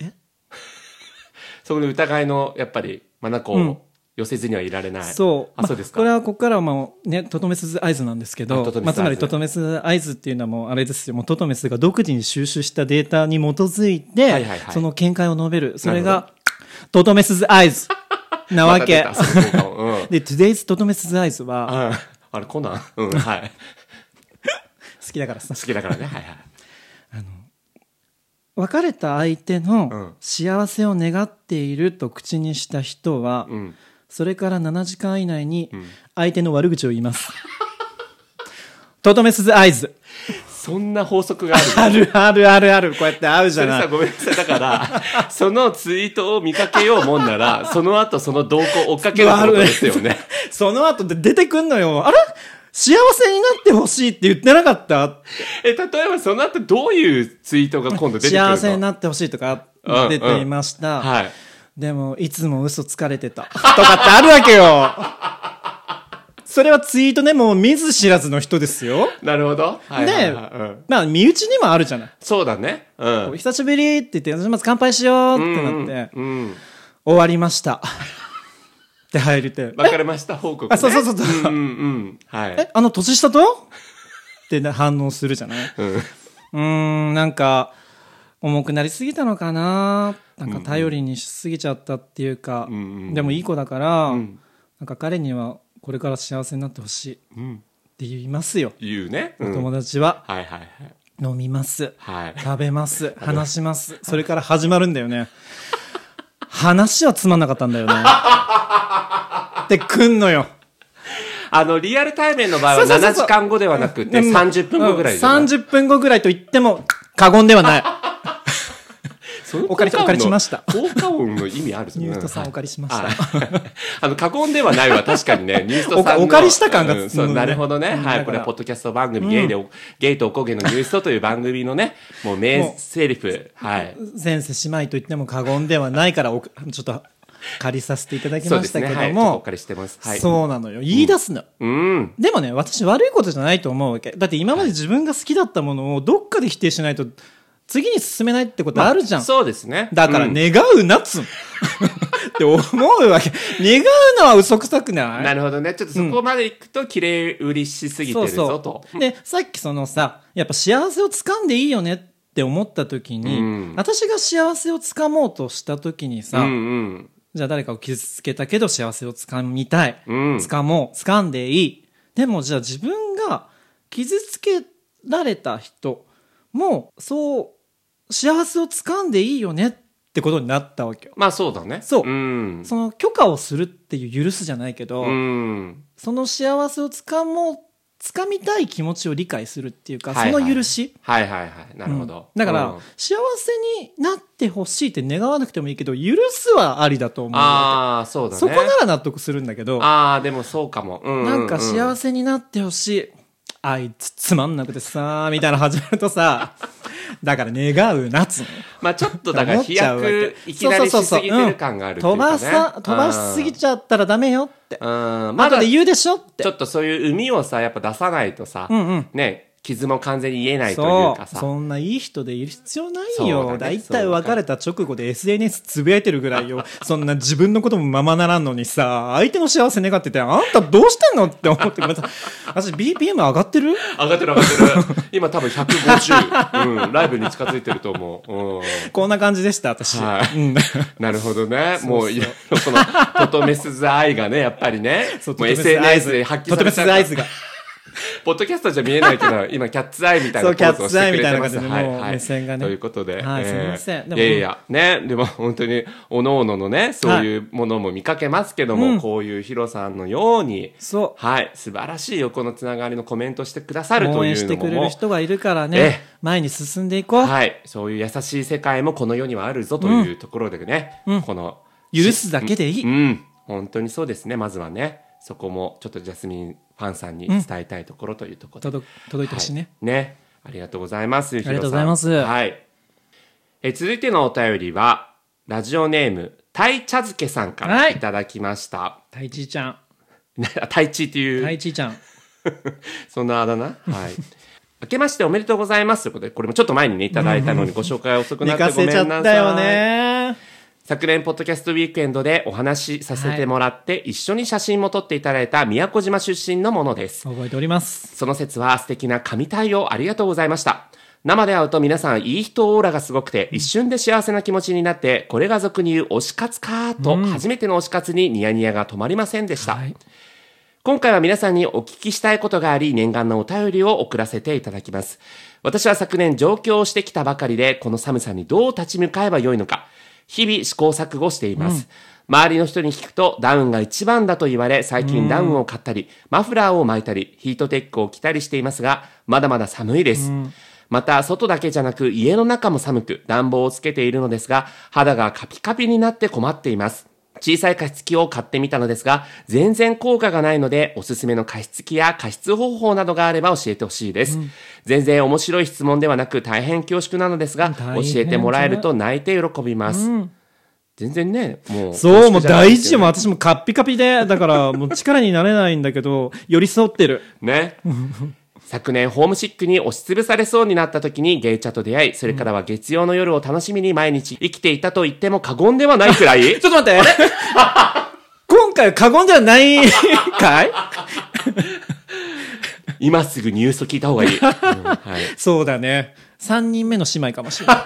Speaker 1: え
Speaker 2: そこで疑いのやっぱりまなこ
Speaker 1: うん
Speaker 2: を寄せずにはいられない、
Speaker 1: そう。
Speaker 2: あ
Speaker 1: まあ
Speaker 2: そうですか
Speaker 1: これはここからはまあね、トトメス合図なんですけ
Speaker 2: あト
Speaker 1: ど
Speaker 2: トメ、ス
Speaker 1: まあ、つまり
Speaker 2: 合図
Speaker 1: トトメス合図っていうのはもうあれですよ、もうトトメスが独自に収集したデータに基づいて、
Speaker 2: はいはいはい
Speaker 1: その見解を述べる。それ
Speaker 2: なる
Speaker 1: が、トトメス合図なわけ。
Speaker 2: また出たその効果音うん
Speaker 1: で、Today's トトメス合図は
Speaker 2: ああれコナン うん、はい。
Speaker 1: 好きだからさ
Speaker 2: 好、きだからね。はいはい。
Speaker 1: 別れた相手
Speaker 2: うん
Speaker 1: の幸せを願っていると口にした人は、
Speaker 2: うん。
Speaker 1: それから7時間以内に
Speaker 2: ん
Speaker 1: 相手の悪口を言います。とどめすず合図。
Speaker 2: そんな法則がある。
Speaker 1: あるあるあるある。こうやって会うじ
Speaker 2: そ
Speaker 1: ゃ
Speaker 2: れ
Speaker 1: な
Speaker 2: さ、
Speaker 1: い。
Speaker 2: ごめんなさい。だから、 そのツイートを見かけようもんな ら、その後その動向を追っかけるってことですよね。
Speaker 1: その後で出てくんのよ。あれ幸せになってほしいって言ってなかった
Speaker 2: え、例えばその後どういうツイートが今度出てくるの
Speaker 1: 幸せになってほしいとか
Speaker 2: うん
Speaker 1: 出ていました。
Speaker 2: はい。
Speaker 1: でも、いつも嘘つかれてた。とかってあるわけよ。 それはツイートね、もう見ず知らずの人ですよ。
Speaker 2: なるほど。はい
Speaker 1: で、
Speaker 2: はいはいうん
Speaker 1: まあ、身内にもあるじゃない。
Speaker 2: そうだね。うん。
Speaker 1: 久しぶりって言って、まず乾杯しようってなって、
Speaker 2: うん。
Speaker 1: 終わりました。 って入れて、
Speaker 2: 別れました報告、ね。
Speaker 1: あそうそうそうそう
Speaker 2: うんうんうん。はい。
Speaker 1: え、あの年下とってな反応するじゃない
Speaker 2: うん
Speaker 1: うーん、なんか、重くなりすぎたのかななんか頼りにしすぎちゃったっていうか、
Speaker 2: んうん
Speaker 1: でもいい子だから、
Speaker 2: ん
Speaker 1: なんか彼にはこれから幸せになってほしいっ
Speaker 2: うん。
Speaker 1: て言いますよ。
Speaker 2: 言うね。うん、
Speaker 1: 友
Speaker 2: はい
Speaker 1: 達は
Speaker 2: はいはい。
Speaker 1: 飲みます。
Speaker 2: はい。
Speaker 1: 食べます。話します。それから始まるんだよね。話はつまんなかったんだよね。ってくんのよ。
Speaker 2: あの、リアル対面の場合は
Speaker 1: そうそうそ
Speaker 2: 7
Speaker 1: うそ
Speaker 2: 時
Speaker 1: う
Speaker 2: 間後ではなくて
Speaker 1: うん
Speaker 2: 30分後ぐらいじゃない、
Speaker 1: うん30分後ぐらいと言っても過言ではない。
Speaker 2: そういう
Speaker 1: お借り
Speaker 2: 効果
Speaker 1: お借
Speaker 2: 音の
Speaker 1: りしました
Speaker 2: 効果音の意味あるぞ
Speaker 1: ニューストさんお借りしました
Speaker 2: あ あの、過言ではないは確かに ね、ニューストさんの。
Speaker 1: おお借りした感が
Speaker 2: うんそう、
Speaker 1: うん
Speaker 2: なるほどね。
Speaker 1: うん
Speaker 2: はい。
Speaker 1: だから
Speaker 2: これはポッドキャスト番組、ゲイでお、ゲイとおこげのニューストという番組のね、もう名
Speaker 1: も
Speaker 2: セリフ。はい。
Speaker 1: 前世姉妹と言っても過言ではないからおちょっと借りさせていただき
Speaker 2: そう
Speaker 1: ま
Speaker 2: で
Speaker 1: し
Speaker 2: す
Speaker 1: た
Speaker 2: ね。
Speaker 1: け
Speaker 2: は
Speaker 1: ど
Speaker 2: い。ちょっとお
Speaker 1: も、
Speaker 2: 借りしてます。はい。
Speaker 1: そうなのよ言い出すの、
Speaker 2: うん。
Speaker 1: でもね私悪いことじゃないと思うわけだって今まで自分が好きだったものをどっかで否定しないと次に進めないってことあるじゃん、
Speaker 2: そうですね。
Speaker 1: だから
Speaker 2: うん。
Speaker 1: 願うなっつうのって思うわけ願うのは嘘くさくない
Speaker 2: なるほどね。ちょっとそこまで行くと、綺麗売りしすぎてるぞと。
Speaker 1: でさっきそのさやっぱ幸せをつかんでいいよねって思った時に、
Speaker 2: うん
Speaker 1: 私が幸せをつかもうとした時にさ、
Speaker 2: うんうん。
Speaker 1: じゃあ誰かを傷つけたけど幸せをつかみたい。
Speaker 2: うん
Speaker 1: つかもう。つかんでいい。でもじゃあ自分が傷つけられた人もそう幸せをつかんでいいよねってことになったわけよ。
Speaker 2: まあそうだね。
Speaker 1: そう
Speaker 2: うん。
Speaker 1: その許可をするっていう許すじゃないけど、
Speaker 2: うん。
Speaker 1: その幸せをつかもう、つかみたい気持ちを理解するっていうか、
Speaker 2: はいはい
Speaker 1: その許し。
Speaker 2: はいはいはい。なるほど。
Speaker 1: うんだから、
Speaker 2: うん
Speaker 1: 幸せになってほしいって願わなくてもいいけど、許すはありだと思うわ
Speaker 2: ああ、そう
Speaker 1: け。
Speaker 2: だね。
Speaker 1: そこなら納得するんだけど、
Speaker 2: ああ、でもそうかも。うんうう
Speaker 1: なんか幸せになってほしい。あいつつまんなくてさ、みたいな始まるとさ、 だから願うなっつうの
Speaker 2: まあちょっとだから
Speaker 1: 思
Speaker 2: 飛
Speaker 1: っちゃうわ
Speaker 2: 躍、
Speaker 1: け
Speaker 2: いきなりしすぎてる感があるっていう
Speaker 1: 飛
Speaker 2: かね
Speaker 1: ばさ、飛ばしすぎちゃったらダメよって。
Speaker 2: うん。うんま
Speaker 1: 後
Speaker 2: だ
Speaker 1: で
Speaker 2: ち
Speaker 1: 言うでしょって
Speaker 2: ょ。っとそういう海をさ、やっぱ出さないとさ
Speaker 1: うんうん、
Speaker 2: ね、傷も完全に癒えないという
Speaker 1: そ
Speaker 2: か
Speaker 1: う。
Speaker 2: さ。
Speaker 1: そんないい人でいる必要な
Speaker 2: そ
Speaker 1: いう
Speaker 2: だ
Speaker 1: よ。
Speaker 2: ね
Speaker 1: だいたい別れた直後で SNS つぶやいてるぐら いよ。そんな自分のこともままならんのにさ、相手の幸せ願ってて、あんたどうしてんのって思ってくれた。私 BPM 上がってる
Speaker 2: 上がってる上がってる。今多分150。うん。ライブに近づいてると思う。うん。
Speaker 1: こんな感じでした、私。
Speaker 2: はい
Speaker 1: うん。
Speaker 2: なるほどね。もういろいろその、トトメスズ愛がね、やっぱりね、
Speaker 1: そう
Speaker 2: もう
Speaker 1: とてつない
Speaker 2: SNS で
Speaker 1: ズ
Speaker 2: 発揮
Speaker 1: とて
Speaker 2: され
Speaker 1: も
Speaker 2: た
Speaker 1: つアイズが。
Speaker 2: ポッドキャストじゃ見えないけど、今、キャッツアイみたい
Speaker 1: そ
Speaker 2: な
Speaker 1: う
Speaker 2: ポーズをして
Speaker 1: キャッツ
Speaker 2: くれてます。
Speaker 1: アイみたいな感じで
Speaker 2: はい
Speaker 1: もう
Speaker 2: はい
Speaker 1: 目線がね
Speaker 2: ということで。
Speaker 1: はい
Speaker 2: えー
Speaker 1: すみませんでも
Speaker 2: いやいや、ね、でも本当に、おのおののね、そういうものも見かけますけども、
Speaker 1: うん
Speaker 2: こういうヒロさんのように、
Speaker 1: そう。
Speaker 2: はい、素晴らしい横のつながりのコメントしてくださると
Speaker 1: 応
Speaker 2: い
Speaker 1: 援
Speaker 2: う
Speaker 1: して
Speaker 2: の
Speaker 1: くれ
Speaker 2: も
Speaker 1: る、人がいるから
Speaker 2: え
Speaker 1: ね
Speaker 2: え、
Speaker 1: 前に進んでい こう。
Speaker 2: はい、そういう優しい世界もこの世にはあるぞというところでね、この、
Speaker 1: 許すだけでいい。
Speaker 2: うん、本当にそうですね、まずはね、そこもちょっとジャスミンファンさんに伝えたいところというところで
Speaker 1: 届届いてほしいね。
Speaker 2: はい。ね。ありがとうございます。あり
Speaker 1: がとうございます
Speaker 2: はい。え続いてのお便りは、ラジオネーム、タイ茶漬けさんか
Speaker 1: は
Speaker 2: ら
Speaker 1: い
Speaker 2: いただきました。
Speaker 1: タイチーちゃん。
Speaker 2: なタイチっていう、
Speaker 1: タイチーちゃん。
Speaker 2: そんなあだ名はい。明けましておめでとうございますということで、これもちょっと前にね、いただいたのにご紹介遅く
Speaker 1: 寝
Speaker 2: なって
Speaker 1: か
Speaker 2: ごめ
Speaker 1: せち
Speaker 2: んなさ
Speaker 1: ゃ
Speaker 2: い。
Speaker 1: ったよね。
Speaker 2: 昨年、ポッドキャストウィークエンドでお話しさせてもらって、一緒に写真も撮っていただいた宮古島出身のものです。
Speaker 1: 覚えております。
Speaker 2: その説は素敵な神対応ありがとうございました。生で会うと皆さんいい人オーラがすごくて、一瞬で幸せな気持ちになって、これが俗に言う推し活かーと、初めての推し活にニヤニヤが止まりませんでした。
Speaker 1: はい
Speaker 2: 今回は皆さんにお聞きしたいことがあり、念願のお便りを送らせていただきます。私は昨年上京してきたばかりで、この寒さにどう立ち向かえばよいのか、日々試行錯誤しています。周りの人に聞くとダウンが一番だと言われ、最近ダウンを買ったり、マフラーを巻いたり、ヒートテックを着たりしていますが、まだまだ寒いです。また、外だけじゃなく家の中も寒く、暖房をつけているのですが、肌がカピカピになって困っています。小さい加湿器を買ってみたのですが、全然効果がないので、おすすめの加湿器や加湿方法などがあれば教えてほしいです。全然面白い質問ではなく、大変恐縮なのですが、
Speaker 1: 大
Speaker 2: 教
Speaker 1: 変
Speaker 2: えてもらえると泣いて喜びます。全然ね、もう。
Speaker 1: そう、もう大事よ。
Speaker 2: も
Speaker 1: 私もカッピカピで、だ からもう力になれないんだけど、寄り添ってる。
Speaker 2: ね。 昨年ホームシックに押しつぶされそうになった時にゲイチャと出会い、それからは月曜の夜を楽しみに毎日生きていたと言っても過言ではないくらい。
Speaker 1: ちょっと待って。 今回は過言ではない かい
Speaker 2: 今すぐニュースを聞いた方が いい。うんはい。
Speaker 1: そうだね。3人目の姉妹かもしれない。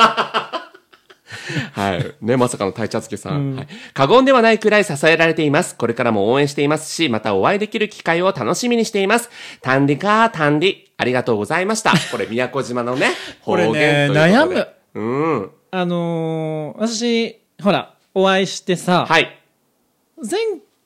Speaker 2: はい。ね、まさかの大茶漬けさん、はい。過言ではないくらい支えられています。これからも応援していますし、またお会いできる機会を楽しみにしています。タンリか、タンリ。ありがとうございました。これ、宮古島のね、
Speaker 1: こ
Speaker 2: 方
Speaker 1: れ
Speaker 2: 言
Speaker 1: ね
Speaker 2: ということで。
Speaker 1: 悩む。
Speaker 2: うん。
Speaker 1: あのー私、ほら、お会いしてさ、
Speaker 2: はい。
Speaker 1: 前、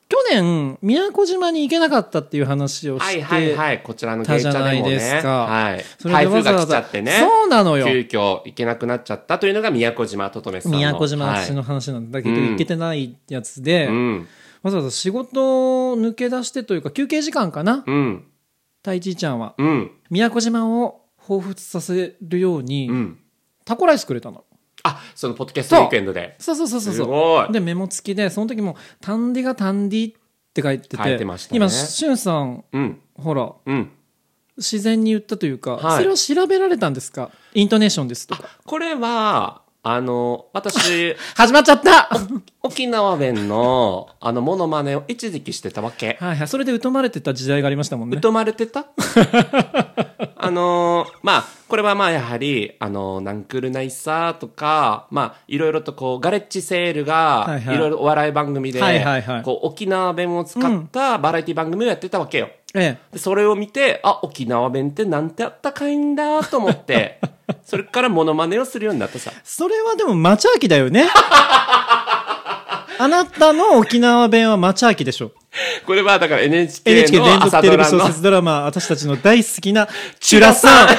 Speaker 1: 去年、宮古島に行けなかったっていう話をして、
Speaker 2: はいはいはい。こちらの芸
Speaker 1: たじ
Speaker 2: 茶
Speaker 1: ゃ
Speaker 2: でも
Speaker 1: ない
Speaker 2: ね。
Speaker 1: ですか
Speaker 2: はい。
Speaker 1: それで
Speaker 2: 台
Speaker 1: わ
Speaker 2: 風
Speaker 1: ざ
Speaker 2: が
Speaker 1: わ
Speaker 2: 来ち
Speaker 1: ざ
Speaker 2: ゃってね。
Speaker 1: そうなのよ
Speaker 2: 急遽行けなくなっちゃったというのが宮古島ととめさんの。
Speaker 1: 宮古島の
Speaker 2: はい
Speaker 1: 私の話なんだけど、
Speaker 2: うん
Speaker 1: 行けてないやつで、
Speaker 2: うん。
Speaker 1: わざわざ仕事を抜け出してというか、休憩時間かな、
Speaker 2: うん。
Speaker 1: 太一ちゃんは。
Speaker 2: うん。
Speaker 1: 宮古島を彷彿させるように、
Speaker 2: うん。
Speaker 1: タコライスくれたの。
Speaker 2: あ、そのポッドキャストウィークエンドで。
Speaker 1: そうそうそうそう
Speaker 2: す
Speaker 1: そ
Speaker 2: ご
Speaker 1: う。
Speaker 2: い。
Speaker 1: で、メモ付きで、その時も、タンディがタンディって書いてて、
Speaker 2: 書いてましたね
Speaker 1: 今、しゅんさん、
Speaker 2: うん。
Speaker 1: ほら、
Speaker 2: うん。
Speaker 1: 自然に言ったというか、
Speaker 2: はい
Speaker 1: それを調べられたんですかイントネーションですとか。
Speaker 2: これは、あの、 私、
Speaker 1: 始まっちゃった
Speaker 2: 沖縄弁の、あの、モノマネを一時期してたわけ。
Speaker 1: はいはい。それで疎まれてた時代がありましたもんね。
Speaker 2: 疎まれて たあのーまあ、これはまあ、やはり、あのーナンクルナイサーとか、まあ、いろいろとこう、ガレッジセール
Speaker 1: は
Speaker 2: が
Speaker 1: い、はい
Speaker 2: いろいろお笑い番組で、
Speaker 1: はいはいはい
Speaker 2: こう、沖縄弁を使ったバラエティ番組をやってたわけよ。
Speaker 1: え
Speaker 2: でそれを見て、あ、沖縄弁ってなんてあったかいんだと 思って、それからモノマネをするようになったさ。
Speaker 1: それはでも、マチャアキだよ ね。あなたの沖縄弁はマチャアキでしょ。
Speaker 2: これはだから NHK
Speaker 1: NHK 連
Speaker 2: の朝
Speaker 1: 続テレ
Speaker 2: ド
Speaker 1: ビ
Speaker 2: ラ
Speaker 1: 小
Speaker 2: の
Speaker 1: 説ドラマ、私たちの大好きな、チュラさん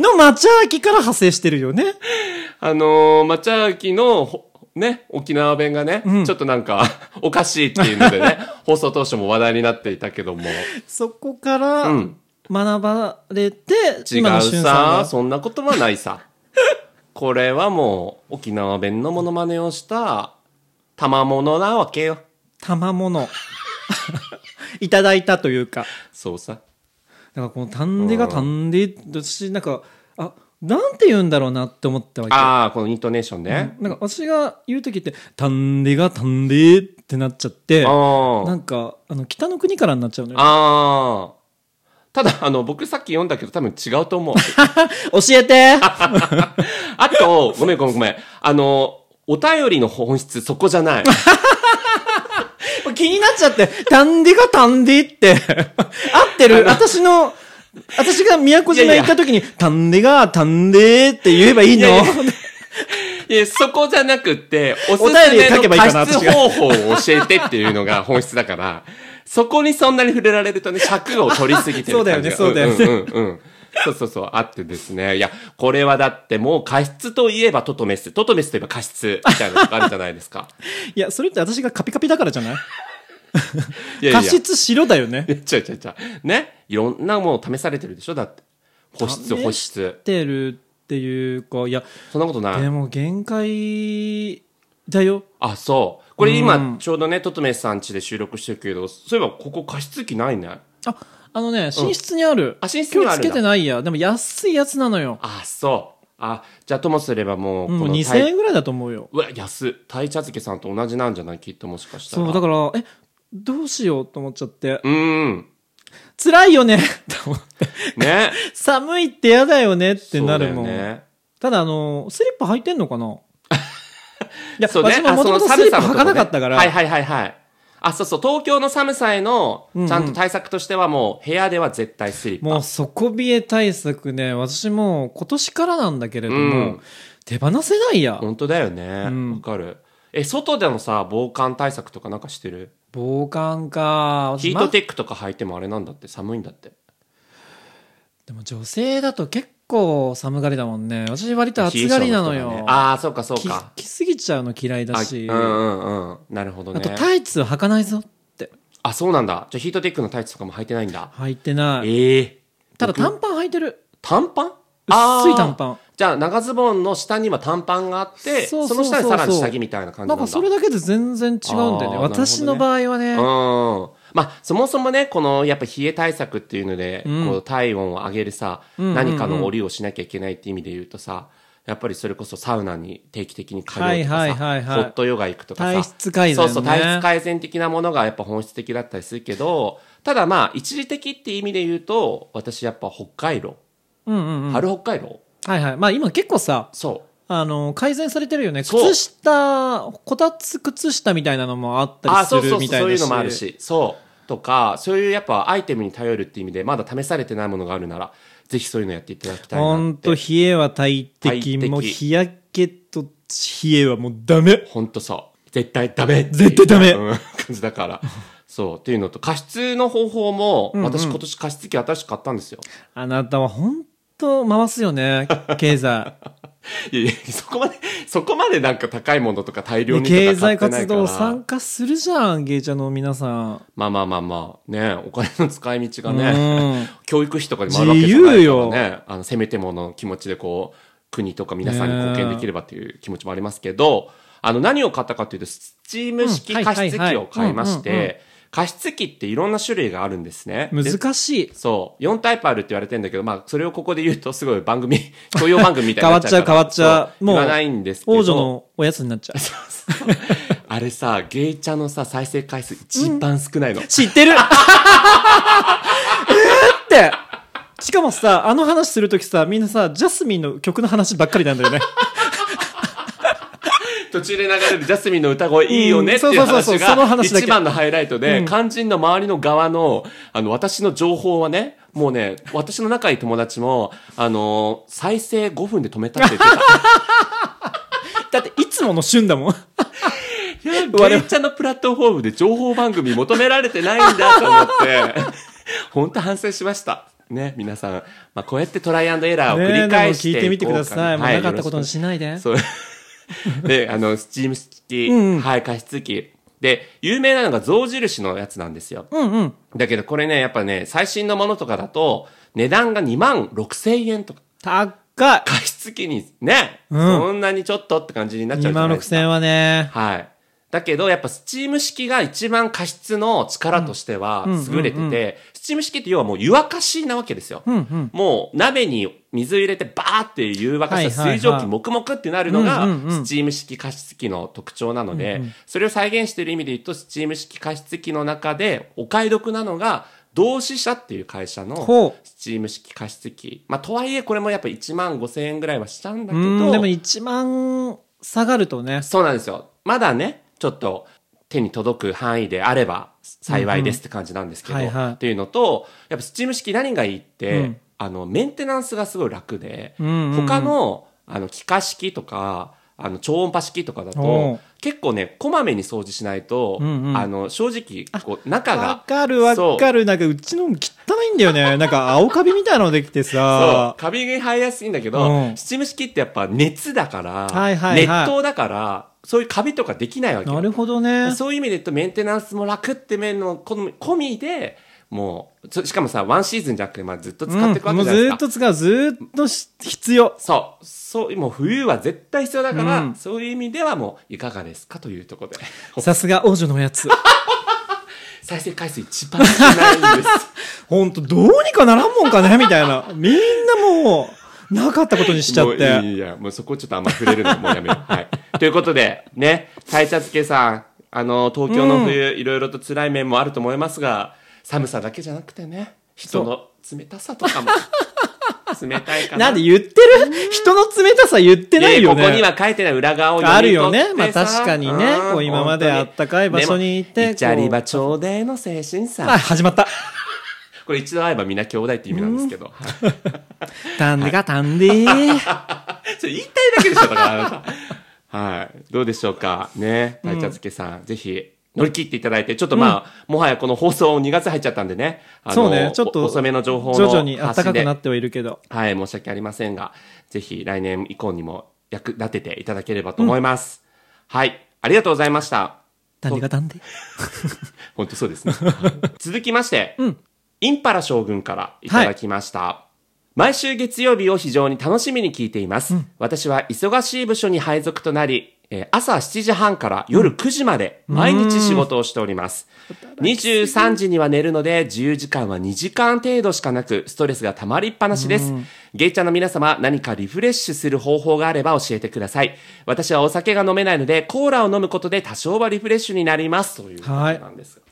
Speaker 1: のマチャアキから派生してるよね。
Speaker 2: あのー、マチャーキのほ、ね、沖縄弁がね、ちょっとなんか、 おかしいっていうの でね、放送当初も話題になっていたけども、
Speaker 1: そこから
Speaker 2: うん
Speaker 1: 学ばれて、
Speaker 2: 違
Speaker 1: 今の
Speaker 2: う
Speaker 1: しゅん
Speaker 2: さ、
Speaker 1: さんが。
Speaker 2: そんなことはな いさ。これはもう、沖縄弁のモノマネをした、賜物なわけよ。
Speaker 1: 賜 物。いただいたというか。
Speaker 2: そうさ。
Speaker 1: だからこの「タンデがタンデ」私なんかあなんて言うんだろうなって思ったわけ
Speaker 2: ああ、このイントネーションね。
Speaker 1: なんか私が言う時って「タンデがタンデ」ってなっちゃって
Speaker 2: あ
Speaker 1: な
Speaker 2: ー
Speaker 1: んかあの北の国からになっちゃうのよ
Speaker 2: あー。ただ、あの、僕さっき読んだけど多分違うと思う。
Speaker 1: 教えて
Speaker 2: あと、ごめんごめんごめん。あの、お便りの本質そこじゃない。
Speaker 1: 気になっちゃって「タンデがタンデ」って 合ってる私の私が宮古島行った時に「タンデがタンデ」って言えばいいの
Speaker 2: いやい いや、そこじゃなくて、おすす
Speaker 1: お便り
Speaker 2: め
Speaker 1: 書けば
Speaker 2: の
Speaker 1: いいかな
Speaker 2: 加湿方法を教えてっていうのが本質だから、そこにそんなに触れられるとね、尺を取りすぎてる感じが。
Speaker 1: そうだよねそうだよ
Speaker 2: ね。うんうんうんそうそうそう、あってですね。いや、これはだってもう加湿といえばトトメス、トトメスといえば加湿みたいなのがあるじゃないです か。
Speaker 1: いやそれって私がカピカピだからじゃない
Speaker 2: いやいや
Speaker 1: 加湿しろだよね
Speaker 2: いや違う違う違う。ね。いろんなもの試されてるでしょだって。保湿、保
Speaker 1: 合
Speaker 2: 湿
Speaker 1: っ。てるっていうかいや
Speaker 2: そんなことない。
Speaker 1: でも限界だよ。
Speaker 2: あ、そう。これ
Speaker 1: う
Speaker 2: 今、ちょうどね、トトメスさん家で収録してるけど、そういえばここ加湿器ないね。
Speaker 1: あ、あのね、寝室にある。
Speaker 2: あ寝室にはあるん
Speaker 1: 今日
Speaker 2: だ
Speaker 1: つけてないや。でも安いやつなのよ。
Speaker 2: あ、そう。あ、じゃあともすればもう、
Speaker 1: うん、もう
Speaker 2: の
Speaker 1: 2000
Speaker 2: 円。
Speaker 1: 円ぐらいだと思うよ。
Speaker 2: うわ、安い。タイ茶漬けさんと同じなんじゃないきっともしかしたら。
Speaker 1: そう、だか
Speaker 2: か
Speaker 1: ら、え、どうしようと思っちゃって。
Speaker 2: ら。うーん。
Speaker 1: 辛いよねと思 って。
Speaker 2: ね。
Speaker 1: 寒いって嫌だよねってなるもん。
Speaker 2: そうだよね。
Speaker 1: ただ、あの、スリッパ 履いてんのかないや、
Speaker 2: そうね。
Speaker 1: 私も
Speaker 2: あ
Speaker 1: もと
Speaker 2: そ
Speaker 1: も
Speaker 2: の
Speaker 1: とス
Speaker 2: 寒
Speaker 1: リッ
Speaker 2: さ
Speaker 1: パ
Speaker 2: の
Speaker 1: 履
Speaker 2: とこ
Speaker 1: か
Speaker 2: ね
Speaker 1: なかったから、
Speaker 2: はいはいはいはい。あ、そうそう、東京の寒さへの、
Speaker 1: んうん
Speaker 2: ちゃんと対策としてはもう、部屋では絶対スリッパ。
Speaker 1: もう底冷え対策ね私もう今年からなんだけれども、
Speaker 2: うん
Speaker 1: 手放せないや、
Speaker 2: 本当だよね。わ、
Speaker 1: ん
Speaker 2: かる。え、外でのさ、防寒対策とかなんかしてる
Speaker 1: 防寒か私
Speaker 2: ヒートテックとか履いてもあれなんだって、寒いんだって。
Speaker 1: でも女性だと結構寒がりだもんね私割と
Speaker 2: 冷え
Speaker 1: 暑
Speaker 2: 性
Speaker 1: がりなの
Speaker 2: 人だね
Speaker 1: よ
Speaker 2: ああ、そうかそう
Speaker 1: き
Speaker 2: か。
Speaker 1: 着すぎちゃうの嫌いだし、
Speaker 2: あうんうんうん。なるほど
Speaker 1: あと
Speaker 2: ね。
Speaker 1: タイツ履かないぞって
Speaker 2: あ、そうなんだ。じゃあヒートテックのタイツとかも履いてないんだ。
Speaker 1: 履いてない
Speaker 2: ええ
Speaker 1: ただ短パン履いてる
Speaker 2: 短パン
Speaker 1: 薄い短パ
Speaker 2: ン。
Speaker 1: ン
Speaker 2: じゃあ長ズボンの下には短パンがあって、
Speaker 1: そ
Speaker 2: そう
Speaker 1: そうそうそう
Speaker 2: の下にさらに下着みたいな感じ
Speaker 1: な
Speaker 2: なん
Speaker 1: ん
Speaker 2: だ。
Speaker 1: かそれだけで全然違うんだよね
Speaker 2: あー
Speaker 1: 私の
Speaker 2: なるほ
Speaker 1: 場合はね
Speaker 2: うん。まあ、そもそもね、この、やっぱ冷え対策っていうので、
Speaker 1: うん
Speaker 2: こう体温を上げるさ、
Speaker 1: んうん
Speaker 2: 何かの折りをしなきゃいけないって意味で言うとさ、やっぱりそれこそサウナに定期的に通うとかさ、
Speaker 1: はいはいはいはい
Speaker 2: ホットヨガ行くとかさ、
Speaker 1: 体質改善ね
Speaker 2: そうそう、体質改善的なものがやっぱ本質的だったりするけど、ただまあ、一時的っていう意味で言うと、私やっぱ北海道、
Speaker 1: うんうんうん
Speaker 2: 春北海道、
Speaker 1: はいはいまあ今結構さ
Speaker 2: そう。
Speaker 1: あの改善されてるよね
Speaker 2: そう
Speaker 1: 靴下こたつ靴下みたいなのもあったりするみたいだし
Speaker 2: そうそうそうそういうのもあるしそうとかそういうやっぱアイテムに頼るっていう意味でまだ試されてないものがあるならぜひそういうのやっていただきたい
Speaker 1: ほ
Speaker 2: なんっ
Speaker 1: と
Speaker 2: て
Speaker 1: 冷えは大敵
Speaker 2: 大敵
Speaker 1: もう日焼けと冷えはもうダメ
Speaker 2: ほんとさ絶対ダメ
Speaker 1: 絶対ダメ
Speaker 2: うん 感じだからそうっていうのと加湿の方法も私今年加湿器新しく買ったんですよ、
Speaker 1: あなたは本当回すよ ね経済
Speaker 2: いやいやそこまでそこまでなんか高いものとか大量にとか買
Speaker 1: 経
Speaker 2: ってな
Speaker 1: 済
Speaker 2: いから
Speaker 1: 活動参加するじゃん芸者の皆さん、
Speaker 2: まあまあまあまあねお金の使い道がね、
Speaker 1: うん
Speaker 2: 教育費とかにもあるわけじゃな
Speaker 1: 自
Speaker 2: い
Speaker 1: 由よ
Speaker 2: からね、あの、せめてもの気持ちでこう、国とか皆さんに貢献できればっていう気持ちもありますけど、あの、何を買ったかというと、スチーム式
Speaker 1: うん
Speaker 2: 加湿
Speaker 1: はいはい
Speaker 2: 器
Speaker 1: は
Speaker 2: を
Speaker 1: い
Speaker 2: 買いまし
Speaker 1: うんうんうん
Speaker 2: て、加湿器っていろんな種類があるんですね。で
Speaker 1: 難しい
Speaker 2: そう。4タイプあるって言われてんだけど、まあ、それをここで言うとすごい番組、 教養番組みたいになっちゃうから。
Speaker 1: 変わっちゃう変わっちゃう
Speaker 2: そ
Speaker 1: もう
Speaker 2: 言わないんですけど。
Speaker 1: 王女のおやつになっちゃう
Speaker 2: あれさ、ゲイチャのさ、再生回数一番少ないの。
Speaker 1: 知ってる えーってしかもさあの話するときさみんなさジャスミンの曲の話ばっかりなんだ よね
Speaker 2: 途中で流れるジャスミンの歌声いいよねっていう
Speaker 1: うんそうそうそう
Speaker 2: 話
Speaker 1: その
Speaker 2: が
Speaker 1: 話だけ
Speaker 2: 一番のハイライトで、肝心の周りの側の、あの、私の情報はね、もうね、私の仲いい友達も、あのー再生5分で止めたって言って
Speaker 1: だ
Speaker 2: た。
Speaker 1: っていつもの旬だもん
Speaker 2: 我々ちゃんのプラットフォームで情報番組求められてないんだと思って、本当反省しました。ね、皆さん、まあ、こうやってトライアンドエラーを繰り返して
Speaker 1: ねえでも聞いてみてください
Speaker 2: こうかな
Speaker 1: もうなかったことにしないで
Speaker 2: よろし くそう。で、あの、スチーム式、
Speaker 1: うん
Speaker 2: はい、加湿器。で、有名なのが象印のやつなんですよ。
Speaker 1: うんうん
Speaker 2: だけどこれね、やっぱね、最新のものとかだと、値段が2万6千円とか、
Speaker 1: 高い
Speaker 2: 加湿器にね、
Speaker 1: うん
Speaker 2: そんなにちょっとって感じになっちゃう
Speaker 1: 2
Speaker 2: じゃ
Speaker 1: 万
Speaker 2: ないですか。
Speaker 1: 6000はね
Speaker 2: はい。だけど、やっぱスチーム式が一番加湿の力としては優れてて、スチーム式って要はもう湯沸かしなわけですよ。
Speaker 1: うんうん
Speaker 2: もう鍋に水入れてバーって湯沸かした
Speaker 1: はいはいはい
Speaker 2: 水蒸気もくもくってなるのが
Speaker 1: うんうんうん
Speaker 2: スチーム式加湿器の特徴なので、それを再現してる意味で言うとスチーム式加湿器の中でお買い得なのが同志社っていう会社の
Speaker 1: ほう
Speaker 2: スチーム式加湿器。まあとはいえこれもやっぱ1万5千円ぐらいはしちゃうんだけ
Speaker 1: うん
Speaker 2: ど、
Speaker 1: でも1万下がるとね
Speaker 2: そうなんですよ。まだね、ちょっと手に届く範囲であれば幸いですって感じなんですけど、
Speaker 1: うんうんはいはい
Speaker 2: っていうのと、やっぱスチーム式何がいいって、
Speaker 1: うん
Speaker 2: あの、メンテナンスがすごい楽で、
Speaker 1: うんうんうん
Speaker 2: 他の、あの、気化式とか、あの、超音波式とかだ
Speaker 1: おう
Speaker 2: と、結構ね、こまめに掃除しないと、
Speaker 1: うんうん
Speaker 2: あの、正直、こう、中が
Speaker 1: わ、かるわかるなんかうちの汚いんだよ ねなんか青カビみたいなのできて
Speaker 2: そう
Speaker 1: さ。
Speaker 2: カビが生えやすいんだけど、
Speaker 1: うん
Speaker 2: スチーム式ってやっぱ熱だから、
Speaker 1: はいはいはい
Speaker 2: 熱湯だから、そういうカビとかできないわけよ
Speaker 1: なるほどね
Speaker 2: そういう意味で言うとメンテナンスも楽って面の込みで、もう、そしかもさ、ワンシーズンじゃなくて、まあずっと使っていくわ
Speaker 1: うんも
Speaker 2: け
Speaker 1: う
Speaker 2: じゃないで
Speaker 1: ず
Speaker 2: す
Speaker 1: っと使
Speaker 2: か。
Speaker 1: うずーっとし必要
Speaker 2: そう、そう、もう冬は絶対必要だから、
Speaker 1: うん
Speaker 2: そういう意味ではもういかがですかというところで、
Speaker 1: さすが王女のおやつ
Speaker 2: 再生回数一番少ないんです。
Speaker 1: ほんとどうにかならんもんかねみたい なみんなもうなかったことにしちゃって
Speaker 2: もういいや、もうそこちょっとあんま触れるのも うやめよう。はい。ということで、ね、タイ茶漬けさん、あの、東京の冬、いろいろと辛い面もあ ると思いますが、寒さだけじゃなくてね、人の冷たさとかも、冷たいかな。
Speaker 1: なんで言ってる人の冷たさ言ってないよね。
Speaker 2: いやここには書いてない裏側を読
Speaker 1: ある
Speaker 2: み
Speaker 1: よ
Speaker 2: 取って
Speaker 1: ね。まあ
Speaker 2: さ
Speaker 1: 確かにね
Speaker 2: う。ん
Speaker 1: こう今まであったかい場所に行っ
Speaker 2: でも
Speaker 1: て。
Speaker 2: イチャリバ
Speaker 1: こ
Speaker 2: 朝礼の精神
Speaker 1: うあ、
Speaker 2: さ。
Speaker 1: 始まった。
Speaker 2: これ一度会えばみんな兄弟って意味なんですけど。
Speaker 1: たんでかたんでー。
Speaker 2: それ言いたいだけでしょ、だからあなた。はい。どうでしょうか。ね。大茶漬けさん、ぜひ乗り切っていただいて、ちょっとまあ、もはやこの放送2月入っちゃったんでね。あの
Speaker 1: そうね。ちょっと。
Speaker 2: お遅めの情報の
Speaker 1: 徐々に暖
Speaker 2: 発
Speaker 1: か
Speaker 2: 信で
Speaker 1: くなってはいるけど。
Speaker 2: はい、申し訳ありませんが、ぜひ来年以降にも役立てていただければと思います。はい。ありがとうございました。
Speaker 1: たんでかたんで。
Speaker 2: 本当そうですね。続きまして、インパラ将軍からいただきました。毎週月曜日を非常に楽しみに聞いています。私は忙しい部署に配属となり、えー朝7時半から夜9時まで毎日仕事をしております。23時には寝るので自由時間は2時間程度しかなくストレスが溜まりっぱなしです。ゲイちゃんの皆様何かリフレッシュする方法があれば教えてください。私はお酒が飲めないのでコーラを飲むことで多少はリフレッシュになりますということなんですが。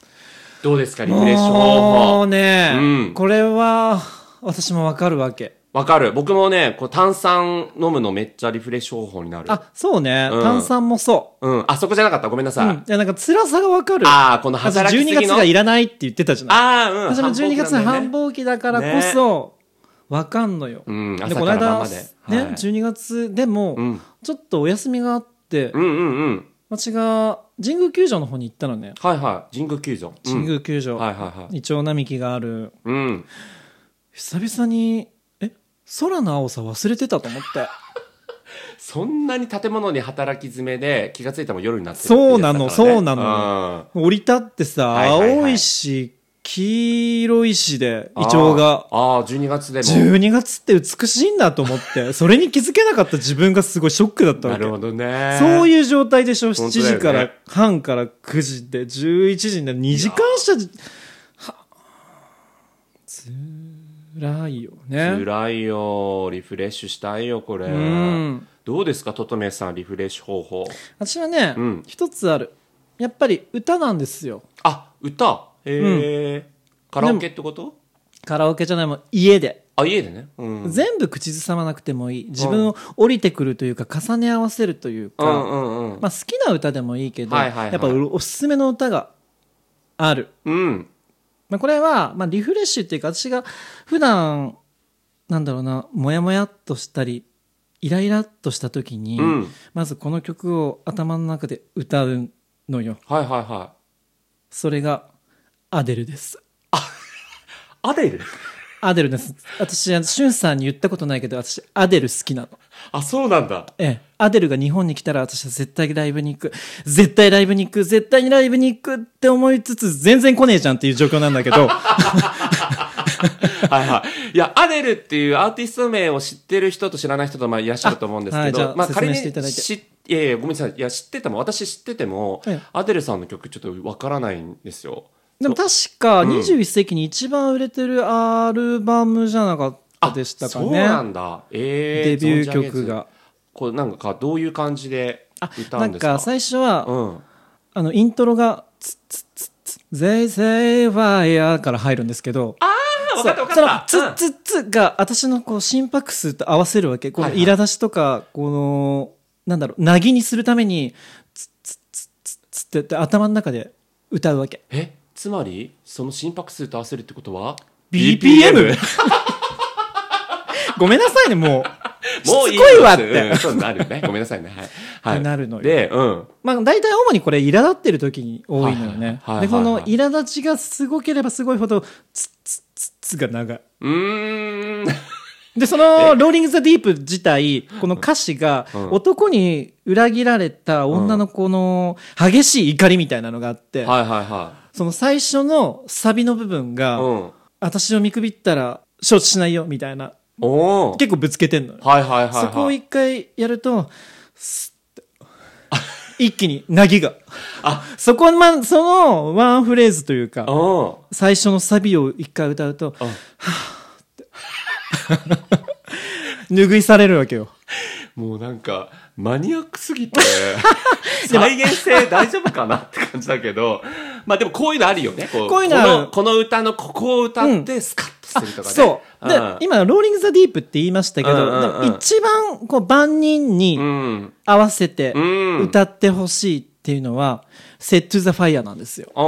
Speaker 2: どうですかリフレッシュ方
Speaker 1: もう
Speaker 2: 法。う
Speaker 1: ね
Speaker 2: ん、
Speaker 1: これは、私もわかるわけ。
Speaker 2: わかる。僕もね、こう炭酸飲むのめっちゃリフレッシュ方法になる。
Speaker 1: あ、そうね。
Speaker 2: うん
Speaker 1: 炭酸もそ
Speaker 2: うん。あそこじゃなかった。ごめんな
Speaker 1: う。う
Speaker 2: さい。
Speaker 1: ん。いや、なんか辛さがわかる。
Speaker 2: ああ、この働きす
Speaker 1: 12
Speaker 2: ぎの。
Speaker 1: 月がいらないって言ってたじゃない。
Speaker 2: ああ、うん。
Speaker 1: 私も12月繁忙期だからこそ、わかんのよ。
Speaker 2: うん
Speaker 1: で
Speaker 2: 朝
Speaker 1: この
Speaker 2: から
Speaker 1: 間
Speaker 2: 晩まで
Speaker 1: ね、
Speaker 2: はい
Speaker 1: 12月でも、
Speaker 2: ん
Speaker 1: ちょっとお休みがあって、
Speaker 2: うんうんうん。
Speaker 1: 私が神宮球場の方に行ったのね。
Speaker 2: はいはい。神宮球場。うん
Speaker 1: 神宮球場。
Speaker 2: はいはいはい。
Speaker 1: イチョウ並木がある。
Speaker 2: うん。
Speaker 1: 久々に、え、空の青さ忘れてたと思って。
Speaker 2: そんなに建物に働き詰めで気がついたらもう夜になってるって
Speaker 1: そうなの、そうな
Speaker 2: の
Speaker 1: の。降り立ってさ、
Speaker 2: はいはいはい
Speaker 1: 青いし、黄色いしで、イチョウが。
Speaker 2: あーあー、12月でも。
Speaker 1: 12月って美しいんだと思 って、それに気づけなかった自分がすごいショックだったわ
Speaker 2: な
Speaker 1: け
Speaker 2: る。ほどね。
Speaker 1: そう
Speaker 2: う。
Speaker 1: いう状態でしょ、7
Speaker 2: 本当だよね
Speaker 1: 時から、半から9時で、11時になる、2時間したじ、は、つらいよね。
Speaker 2: 辛いよ。リフレッシュしたいよ、これ
Speaker 1: ん。
Speaker 2: どうですか、ととめさん、リフレッシュ方法。
Speaker 1: 私はね
Speaker 2: うん、
Speaker 1: 一、つある。やっぱり歌なんですよ。
Speaker 2: あ、歌へえ。カラオケってこと
Speaker 1: カラオケじゃないもん、家で。
Speaker 2: あ、家でね。うん。
Speaker 1: 全部口ずさまなくてもいい。自分を降りてくるというか、重ね合わせるという
Speaker 2: う
Speaker 1: か、
Speaker 2: んうんうん。
Speaker 1: まあ好きな歌でもいいけど、
Speaker 2: はいはいはい
Speaker 1: やっぱおすすめの歌がある。
Speaker 2: うん。
Speaker 1: まあ、これは、まあ、リフレッシュっていうか、私が普段、なんだろうな、もやもやっとしたり、イライラっとした時に、
Speaker 2: うん
Speaker 1: まずこの曲を頭の中で歌うのよ。
Speaker 2: はいはいはい。
Speaker 1: それが、アデルです。
Speaker 2: アデル
Speaker 1: アデルです。私、あのシュンさんに言ったことないけど、私、アデル好きなの。
Speaker 2: あ、そうなんだ。
Speaker 1: ええ。アデルが日本に来たら、私は絶対ライブに行く。絶対ライブに行く。絶対にライブに行くって思いつつ、全然来ねえじゃんっていう状況なんだけ ど、
Speaker 2: はいはい。いや、アデルっていうアーティスト名を知ってる人と知らない人とまあいらっしゃると思うんですけど、
Speaker 1: あはいじゃあ
Speaker 2: まあ
Speaker 1: 説明していただいて
Speaker 2: 知っいやいや、ごめんなさい。いや、知ってても、私知ってても、
Speaker 1: ええ
Speaker 2: アデルさんの曲ちょっとわからないんですよ。
Speaker 1: でも確か21世紀に一番売れてるアルバムじゃなかったでしたか
Speaker 2: そうな
Speaker 1: ね。
Speaker 2: んだ。ええ
Speaker 1: デビュー曲が。
Speaker 2: こう、なんか、どういう感じで歌
Speaker 1: な
Speaker 2: うん
Speaker 1: ん
Speaker 2: ですか
Speaker 1: か最初は、
Speaker 2: うん。
Speaker 1: あのイントロが「ツッツッツッツッ They say fire」から入るんですけど
Speaker 2: あ、わ
Speaker 1: そ
Speaker 2: か
Speaker 1: う
Speaker 2: ったわ
Speaker 1: その
Speaker 2: かった。
Speaker 1: ツッツッツッが私のこう心拍数と合わせるわけこの
Speaker 2: はいはい
Speaker 1: 苛立ちとかこのなんだろうなぎにするためにツッツッツッツッツッってやって頭の中で歌うわけ
Speaker 2: えつまりその心拍数と合わせるってことは
Speaker 1: BPM ごめんなさいねもう
Speaker 2: もう
Speaker 1: しつこいわっ
Speaker 2: です
Speaker 1: て
Speaker 2: うんそうな るねごめんなさいねはい、はい、
Speaker 1: ってなるのよ
Speaker 2: でうん
Speaker 1: まあ、大体主にこれ苛立ってる時に多いのよね、
Speaker 2: はいはいはいはい
Speaker 1: でこの苛立ちがすごければすごいほどツッツッツッツが長いう
Speaker 2: ーん
Speaker 1: でその「ローリング・ザ・ディープ」自体この歌詞が男に裏切られた女の子の激しい怒りみたいなのがあって、
Speaker 2: はいはいは
Speaker 1: その最初のサビの部分
Speaker 2: い
Speaker 1: が「
Speaker 2: うん
Speaker 1: 私を見くびったら承知しないよ」みたいな
Speaker 2: おお
Speaker 1: 結構ぶつけてんのよ、
Speaker 2: はいはいはいはい
Speaker 1: そこを一回やるとスッて一気になぎが
Speaker 2: あ
Speaker 1: そこ、ま、そのワンフレーズというか
Speaker 2: うん
Speaker 1: 最初のサビを一回歌うと、はぁって拭いされるわけよ。
Speaker 2: もうなんかマニアックす ぎて再現性大丈夫かなって感じだけどまあでもこういうのあるよねこう
Speaker 1: こういうのある
Speaker 2: このこの歌のここを歌ってスカッとするとかね。
Speaker 1: そう。で、
Speaker 2: ん、
Speaker 1: 今、ローリング・ザ・ディープって言いましたけど、
Speaker 2: うんうんうん
Speaker 1: でも一番、こう、万人に
Speaker 2: うん。
Speaker 1: 合わせて
Speaker 2: うん
Speaker 1: 歌ってほしいっていうのは、Set to the Fire なんですよ。
Speaker 2: あー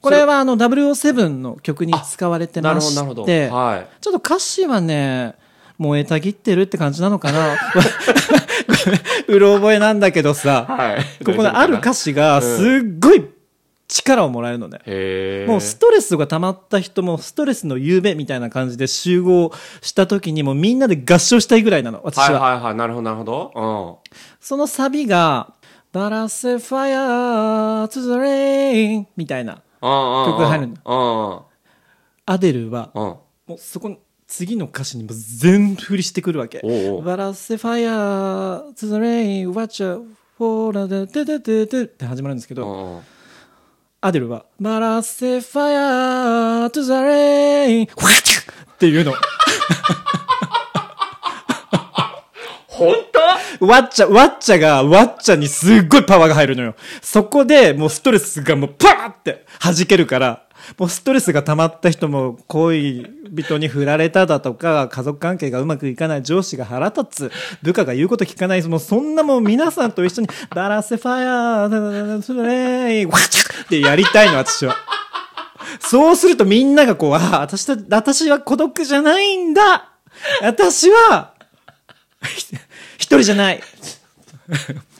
Speaker 1: これは、あの、007の曲に使われて
Speaker 2: な
Speaker 1: ま
Speaker 2: るほど、
Speaker 1: し
Speaker 2: なるほど。
Speaker 1: て、
Speaker 2: はい。
Speaker 1: ちょっと歌詞はね、燃えたぎってるって感じなのか な。うろ覚えなんだけどさ、
Speaker 2: はい。
Speaker 1: ここのある歌
Speaker 2: 詞。
Speaker 1: 詞がすっごい力をもらえるのね。
Speaker 2: へえ。
Speaker 1: もうストレスが溜まった人もストレスの夕べみたいな感じで集合した時にもうみんなで合唱したいぐらいなの、私は。
Speaker 2: はいはいはい。なるほど、なるほど。
Speaker 1: そのサビが、ダラセファイアーツザレインみたいな。
Speaker 2: うん。うんうんうん
Speaker 1: 曲が入るんだ
Speaker 2: の。
Speaker 1: アデルは、
Speaker 2: うん。うん。
Speaker 1: もうそこの次の歌詞にも全振りしてくるわけ。
Speaker 2: おうおう
Speaker 1: バラセファイアー、ツザレイン、ワッチャー、フォーラデテテテテって始まるんですけ
Speaker 2: う
Speaker 1: ど、
Speaker 2: んうん。
Speaker 1: アデルは、バラセファイアー、ツザレイン、ワッチャーっていうの。
Speaker 2: 本当
Speaker 1: ワッチャ、ワッチャが、ワッチャにすっごいパワーが入るのよ。そこでもうストレスがもうパーって弾けるから、もうストレスが溜まった人も恋人に振られただとか、家族関係がうまくいかない上司が腹立つ、部下が言うこと聞かない、もうそんなもう皆さんと一緒に、ダラセファイアー、ダラダラスレイ、ワッチャってやりたいの、私は。そうするとみんながこう、ああ、私た、私は孤独じゃないんだ私は、ひ 一人じゃない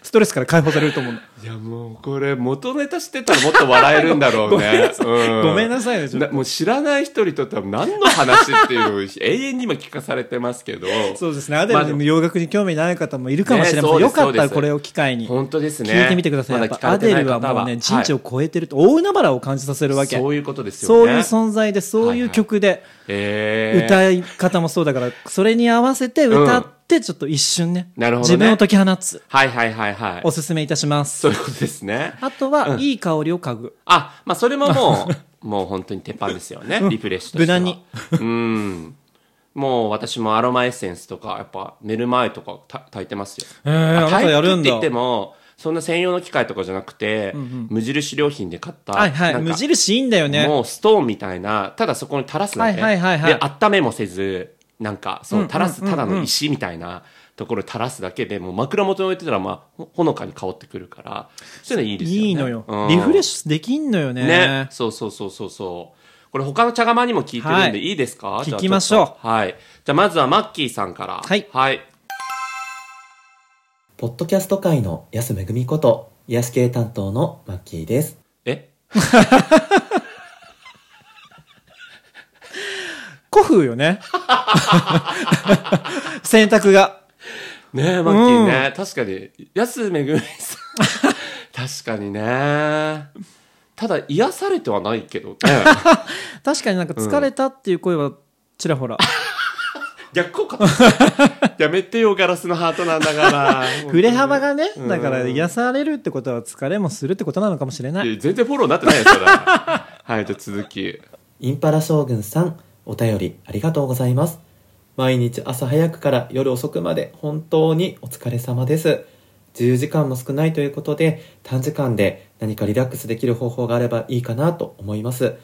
Speaker 1: ストレスから解放されると思うの。
Speaker 2: いやもうこれ元ネタ知ってたらもっと笑えるんだろうね。う
Speaker 1: ごめんなさいね、ちょっ
Speaker 2: なもう知らない人にとっては何の話っていうのを永遠に今聞かされてますけど。
Speaker 1: と。そうですね。アデルでも洋楽に興味ない方もいるかもしれません。
Speaker 2: ねそうで
Speaker 1: よ
Speaker 2: す
Speaker 1: かった
Speaker 2: そう
Speaker 1: ら
Speaker 2: です
Speaker 1: これを機会に。
Speaker 2: 本当ですね。
Speaker 1: 聞いてみてください。や
Speaker 2: ま
Speaker 1: っ
Speaker 2: だ聞
Speaker 1: ぱア
Speaker 2: かれて
Speaker 1: デ
Speaker 2: ない
Speaker 1: ル
Speaker 2: 方
Speaker 1: はもうね、人知を超えてると、大海原を感じさせるわけ。
Speaker 2: そういうことです
Speaker 1: そ
Speaker 2: よ
Speaker 1: ういう
Speaker 2: ね。
Speaker 1: 存在で、そういう曲で、
Speaker 2: えー、
Speaker 1: 歌い方もそうだから、それに合わせて歌って、ちょっと一瞬ね、
Speaker 2: なるほどね
Speaker 1: 自分を解き放つ、
Speaker 2: はいはいはいはい
Speaker 1: お。すすめいたします。
Speaker 2: そういうことで すね。
Speaker 1: あとは、いい香りを嗅ぐ。
Speaker 2: あ、まあそれも もう、もう本当に鉄板ですよね。リフレッシュとしては。
Speaker 1: 無難に。
Speaker 2: うん。もう私もアロマエッセンスとか、やっぱ寝る前とかた炊いてますよ。
Speaker 1: えー
Speaker 2: あ
Speaker 1: あなたやるんだ
Speaker 2: 炊いてって言っても、そんな専用の機械とかじゃなくて、無印良品で買った、
Speaker 1: はいは。
Speaker 2: ないんか
Speaker 1: 無印いいんだよね。
Speaker 2: もうストーンみたいな、ただそこに垂らすだけ。
Speaker 1: はいはいはいはい
Speaker 2: で、温めもせず、なんか、そうの
Speaker 1: ん
Speaker 2: 垂らす、ただの石みたいなところに垂らすだけで、もう枕元に置いてたら、まあ、ほほのかに香ってくるから、そういうのいいですよね。
Speaker 1: いいのよ、
Speaker 2: うん
Speaker 1: リフレッシュできんのよね
Speaker 2: ね。そうそうそうそうそう。これ他の茶釜にも聞いてるん
Speaker 1: は
Speaker 2: で、
Speaker 1: い
Speaker 2: いいですか
Speaker 1: 聞きましょう
Speaker 2: じゃあちっとはい。じゃあまずはマッキーさんから。
Speaker 1: はい
Speaker 2: はい。
Speaker 4: ポッドキャスト界の安めぐみこと、癒し系担当のマッキーです。
Speaker 2: え
Speaker 1: 古風よね 選択が
Speaker 2: ねえ、マッキーね。確かに、安めぐ みさん。確かにね。ただ、癒されてはない けどね。
Speaker 1: 確かになんか疲れたっていう声はちらほら、
Speaker 2: 逆効果ですねやめてよ、ガラスのハートなん だから。
Speaker 1: 振れ幅がね、
Speaker 2: うん
Speaker 1: だから癒されるってことは疲れもするってことなのかもしれない
Speaker 2: いや全然フォローになってないですから。はい、じゃあ続き。
Speaker 4: インパラ将軍さん、お便りありがとうございます。毎日朝早くから夜遅くまで本当にお疲れ様です。10時間も少ないということで、短時間で何かリラックスできる方法があればいいかなと思います。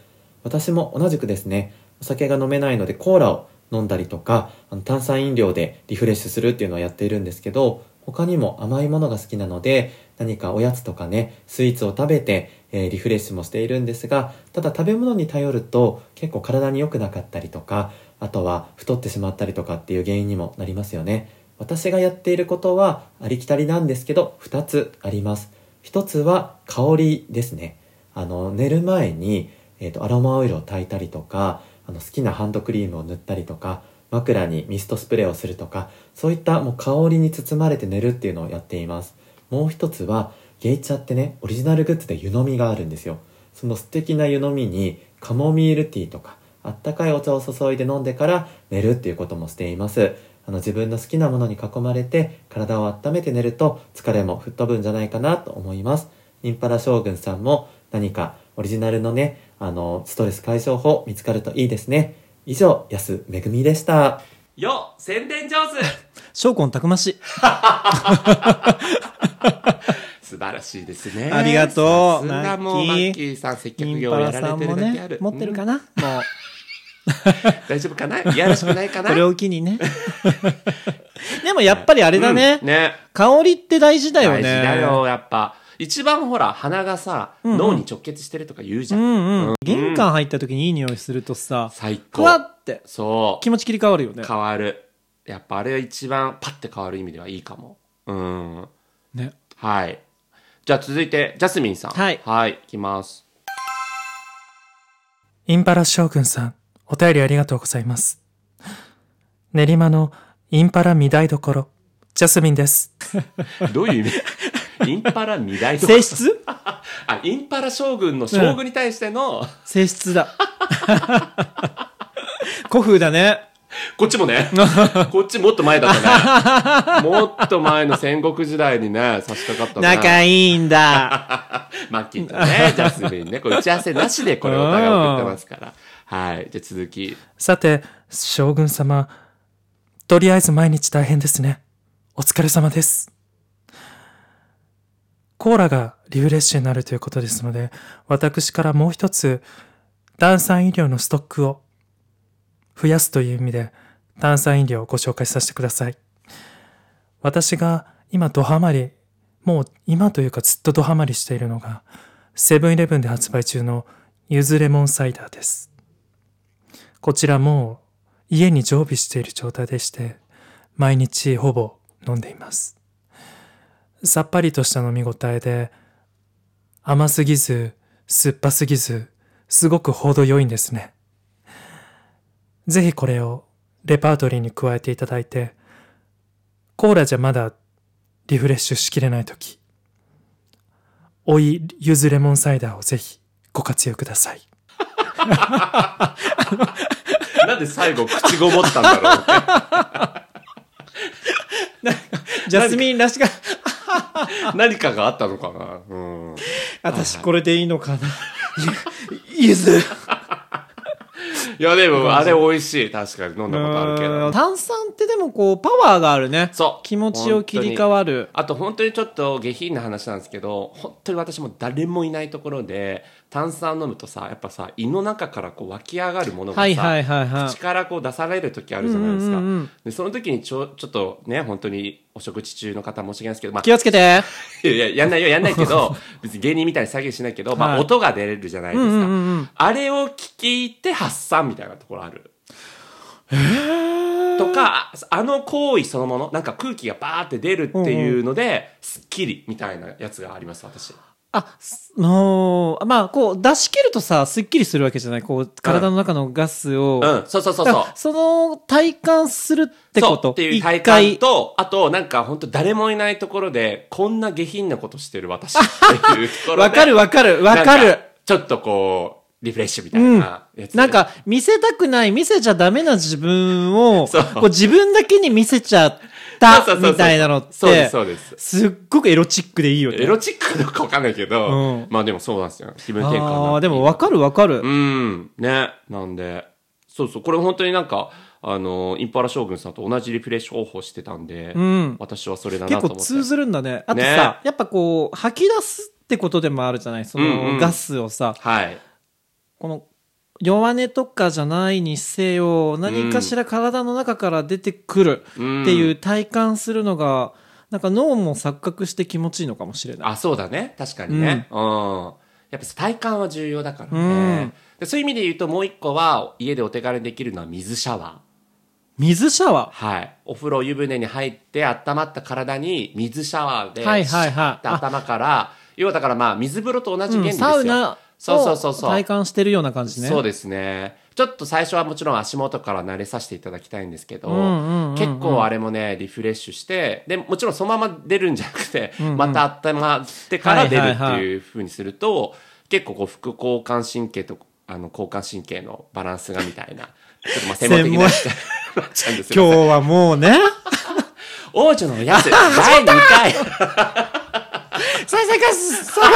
Speaker 4: 私も同じくですね、お酒が飲めないのでコーラを飲んだりとか、あの炭酸飲料でリフレッシュするっていうのをやっているんですけど、他にも甘いものが好きなので、何かおやつとかね、スイーツを食べて、えーリフレッシュもしているんですが、ただ食べ物に頼ると結構体に良くなかったりとか、あとは太ってしまったりとかっていう原因にもなりますよね。私がやっていることはありきたりなんですけど、2つあります。1つは香りですね。あの寝る前に、えー、とアロマオイルを炊いたりとかあの好きなハンドクリームを塗ったりとか枕にミストスプレーをするとかそういったもう香りに包まれて寝るっていうのをやっていますもう一つはゲイチャってねオリジナルグッズで湯飲みがあるんですよその素敵な湯飲みにカモミールティーとかあったかいお茶を注いで飲んでから寝るっていうこともしていますあの自分の好きなものに囲まれて体を温めて寝ると疲れも吹っ飛ぶんじゃないかなと思いますインパラ将軍さんも何かオリジナルのね、あの、ストレス解消法見つかるといいですね。以上、安めぐみでした。
Speaker 2: よ、宣伝上手
Speaker 1: 証拠のたくましい
Speaker 2: 素晴らしいですね。
Speaker 1: ありがとう
Speaker 2: さすがもう、マ
Speaker 1: マッキー
Speaker 2: ッキーさん、接
Speaker 1: イ
Speaker 2: 客
Speaker 1: ン
Speaker 2: 業
Speaker 1: パ
Speaker 2: や
Speaker 1: ラ
Speaker 2: ら
Speaker 1: さ
Speaker 2: れ
Speaker 1: ん
Speaker 2: て
Speaker 1: も
Speaker 2: るだけあ
Speaker 1: ね
Speaker 2: る。
Speaker 1: 持ってるか
Speaker 2: うん
Speaker 1: な、もう
Speaker 2: 大丈夫かないやらしくないか な
Speaker 1: これを機に ね。でもやっぱりあれだね。
Speaker 2: うんね
Speaker 1: 香りって大事だよね。
Speaker 2: 大事だよ、やっぱ。一番ほら、鼻がさ、脳に直結してるとか言うじゃん。
Speaker 1: うんうん。玄関入った時にいい匂いするとさ、
Speaker 2: 最
Speaker 1: ふ
Speaker 2: 高。
Speaker 1: わって
Speaker 2: そ
Speaker 1: 気持ち切り替わるよね
Speaker 2: う。。変わる。やっぱあれが一番パッて変わる意味ではいいかも。うん。
Speaker 1: ね。
Speaker 2: はい。じゃあ続いて、ジャスミンさん。
Speaker 1: はい
Speaker 2: はい、いきます。
Speaker 3: インパラ将軍さん、お便りありがとうございます。練馬のインパラ御台所、ジャスミンです。
Speaker 2: どういう意 味インパラ未来とか
Speaker 1: 性質
Speaker 2: あ、インパラ将軍の将軍に対しての、
Speaker 1: 性質だ。 古風だね。
Speaker 2: こっち もね、こっちもっと前だったね。もっと前の戦国時代にね、差し掛かったね。
Speaker 1: 仲いいんだ。
Speaker 2: マッキーとね、ジャスミンね、これ打ち合わせなしでこれお互い送ってますから。はい。じゃあ続き。
Speaker 3: さて、将軍様、とりあえず毎日大変ですね。お疲れ様です。コーラがリフレッシュになるということですので、私からもう一つ、炭酸飲料のストックを増やすという意味で、炭酸飲料をご紹介させてください。私が今ドハマり、もう今というかずっとドハマりしているのが、セブンイレブンで発売中のゆずレモンサイダーです。こちらもう家に常備している状態でして、毎日ほぼ飲んでいます。さっぱりとした飲み応えで、甘すぎず、酸っぱすぎず、すごく程よいんですね。ぜひこれをレパートリーに加えていただいて、コーラじゃまだリフレッシュしきれないとき、おいゆずレモンサイダーをぜひご活用ください。
Speaker 2: なんで最後口ごもったんだろうって。
Speaker 1: ジャスミンらしが、
Speaker 2: 何かがあったのかな。うん。
Speaker 1: 私これでいいのかな。 ゆず。
Speaker 2: いや、でも、あれ美味しい。確かに飲んだことあるけ
Speaker 1: う
Speaker 2: ど
Speaker 1: ん。炭酸ってでもこう、パワーがあるね。
Speaker 2: そう
Speaker 1: 気持ちを切り替わる。
Speaker 2: あと本当にちょっと下品な話なんですけど本当に私も誰もいないところで炭酸飲むとさやっぱさ胃の中からこう湧き上がるものがさ、
Speaker 1: はいはいはいはい
Speaker 2: 口からこう出される時あるじゃないですか、
Speaker 1: うんうんうんうん
Speaker 2: でその時にちょちょっとね本当にお食事中の方申し訳ないですけど、まあ、
Speaker 1: 気をつけて。
Speaker 2: いやいや、やんないよ、やんないけ ど、別に芸人みたいに詐欺しないけど、ま
Speaker 1: は
Speaker 2: あ
Speaker 1: い
Speaker 2: 音が出れるじゃないです
Speaker 1: う
Speaker 2: か。
Speaker 1: んうんうんうん
Speaker 2: あれを聞いて発散みたいなところある。とか、あの行為そのもの、なんか空気がバーって出るっていうので、スッキリみたいなやつがあります、私。
Speaker 1: あ、すもう、まあ、こう、出し切るとさ、すっきりするわけじゃないこう、体の中のガスを。
Speaker 2: うん、そうそうそうそう
Speaker 1: だ。からその、体感するってこと。
Speaker 2: そうっていう体
Speaker 1: 一
Speaker 2: 感
Speaker 1: 回。
Speaker 2: と、あと、なんか本当誰もいないところで、こんな下品なことしてる私っていうところ で。
Speaker 1: わかるわかるわか
Speaker 2: なん
Speaker 1: る。
Speaker 2: ちょっとこう、リフレッシュみたいなやつ、
Speaker 1: なんか、見せたくない、見せちゃダメな自分を、
Speaker 2: そう
Speaker 1: こう自分だけに見せちゃっ
Speaker 2: そうそう
Speaker 1: た、
Speaker 2: そうそう
Speaker 1: みたいなのって、
Speaker 2: そうですそうです
Speaker 1: っごくエロチックでいいよね。
Speaker 2: エロチックなのかわかんないけど、
Speaker 1: うん
Speaker 2: まあでもそうなんですよ。気分転換
Speaker 1: あ
Speaker 2: な
Speaker 1: あ、でもわかるわかる
Speaker 2: う。ん、ね。なんで、そうそう、これ本当になんか、あの、インパラ将軍さんと同じリフレッシュ方法してたんで、
Speaker 1: ん
Speaker 2: 私はそれだな
Speaker 1: 結
Speaker 2: と
Speaker 1: 構
Speaker 2: 思って。
Speaker 1: 通ずるんだね。あと
Speaker 2: ね
Speaker 1: さ、やっぱこう、吐き出すってことでもあるじゃないそ
Speaker 2: うんうん
Speaker 1: のガスをさ、
Speaker 2: はい。
Speaker 1: この弱音とかじゃないにせよ何かしら体の中から出てくるっていう体感するのがなんか脳も錯覚して気持ちいいのかもしれない。
Speaker 2: あ、そうだね。確かにね。うん。やっぱ体感は重要だからね、
Speaker 1: うん
Speaker 2: で。そういう意味で言うともう一個は、家でお手軽にできるのは水シャワー。
Speaker 1: 水シャワ
Speaker 2: はい。お風呂、湯船に入って、温まった体に水シャワーで、
Speaker 1: はいはいはい
Speaker 2: シャッて頭から、要はだからまあ、水風呂と同じ
Speaker 1: ー、
Speaker 2: 原理
Speaker 1: う
Speaker 2: で
Speaker 1: ん
Speaker 2: すよ。
Speaker 1: サウナ
Speaker 2: そうそうそ
Speaker 1: を
Speaker 2: うそう。
Speaker 1: 体感してるような感じね。
Speaker 2: そうですね。ちょっと最初はもちろん足元から慣れさせていただきたいんですけど、
Speaker 1: んうんうん
Speaker 2: 結構あれもね、リフレッシュして、で、もちろんそのまま出るんじゃなくて、また温まってから出るっ
Speaker 1: は
Speaker 2: て
Speaker 1: いはいはい
Speaker 2: いう風にすると、結構こう副交感神経と、あの、交感神経のバランスがみたいな、ちょっとまあ専門的ななっちゃうんですけ
Speaker 1: 今
Speaker 2: ど、
Speaker 1: 日はもう ね、
Speaker 2: 王女のおやつ、第2回
Speaker 1: 再生回数下が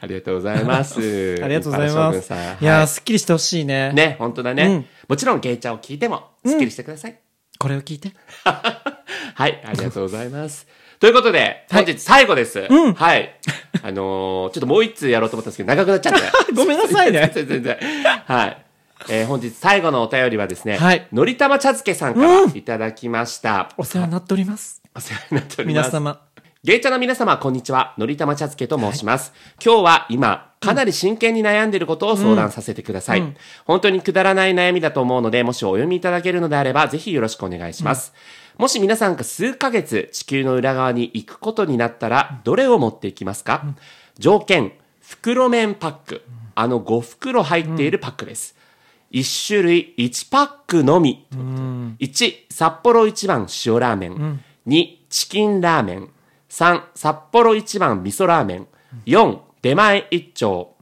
Speaker 2: ありがとうございます。
Speaker 1: るありがとうございま
Speaker 2: パラ将軍さ
Speaker 1: す。
Speaker 2: ん
Speaker 1: いやー、すっきりしてほしいね。
Speaker 2: ね、本当だね。
Speaker 1: うん
Speaker 2: もちろん、ゲイちゃんを聞いても、スッキリしてください。
Speaker 1: これを聞いて。
Speaker 2: はい、ありがとうございます。 ということで、本日最後です。はい。 あのーちょっともう一通やろうと思ったんですけど、長くなっちゃって。
Speaker 1: ごめんなさいね
Speaker 2: 全然、全然。はい。えー本日最後のお便りはですね、
Speaker 1: はい
Speaker 2: のりたま茶漬けさんからいただきました。
Speaker 1: お世話になっております。
Speaker 2: お世話になっておりま
Speaker 1: 皆
Speaker 2: す。
Speaker 1: 様。
Speaker 2: ゲイチャの皆様、こんにちは。のりたま茶漬けと申します。今日は今、かなり真剣に悩んでいることを相談させてください、本当にくだらない悩みだと思うので、もしお読みいただけるのであれば、ぜひよろしくお願いします。もし皆さんが数ヶ月地球の裏側に行くことになったら、どれを持っていきますか、条件、袋麺パック。あの5袋入っているパックです。1種類1パックのみ。1、札幌一番塩ラーメン。2、チキンラーメン。3、札幌一番味噌ラーメン。4、出前一丁。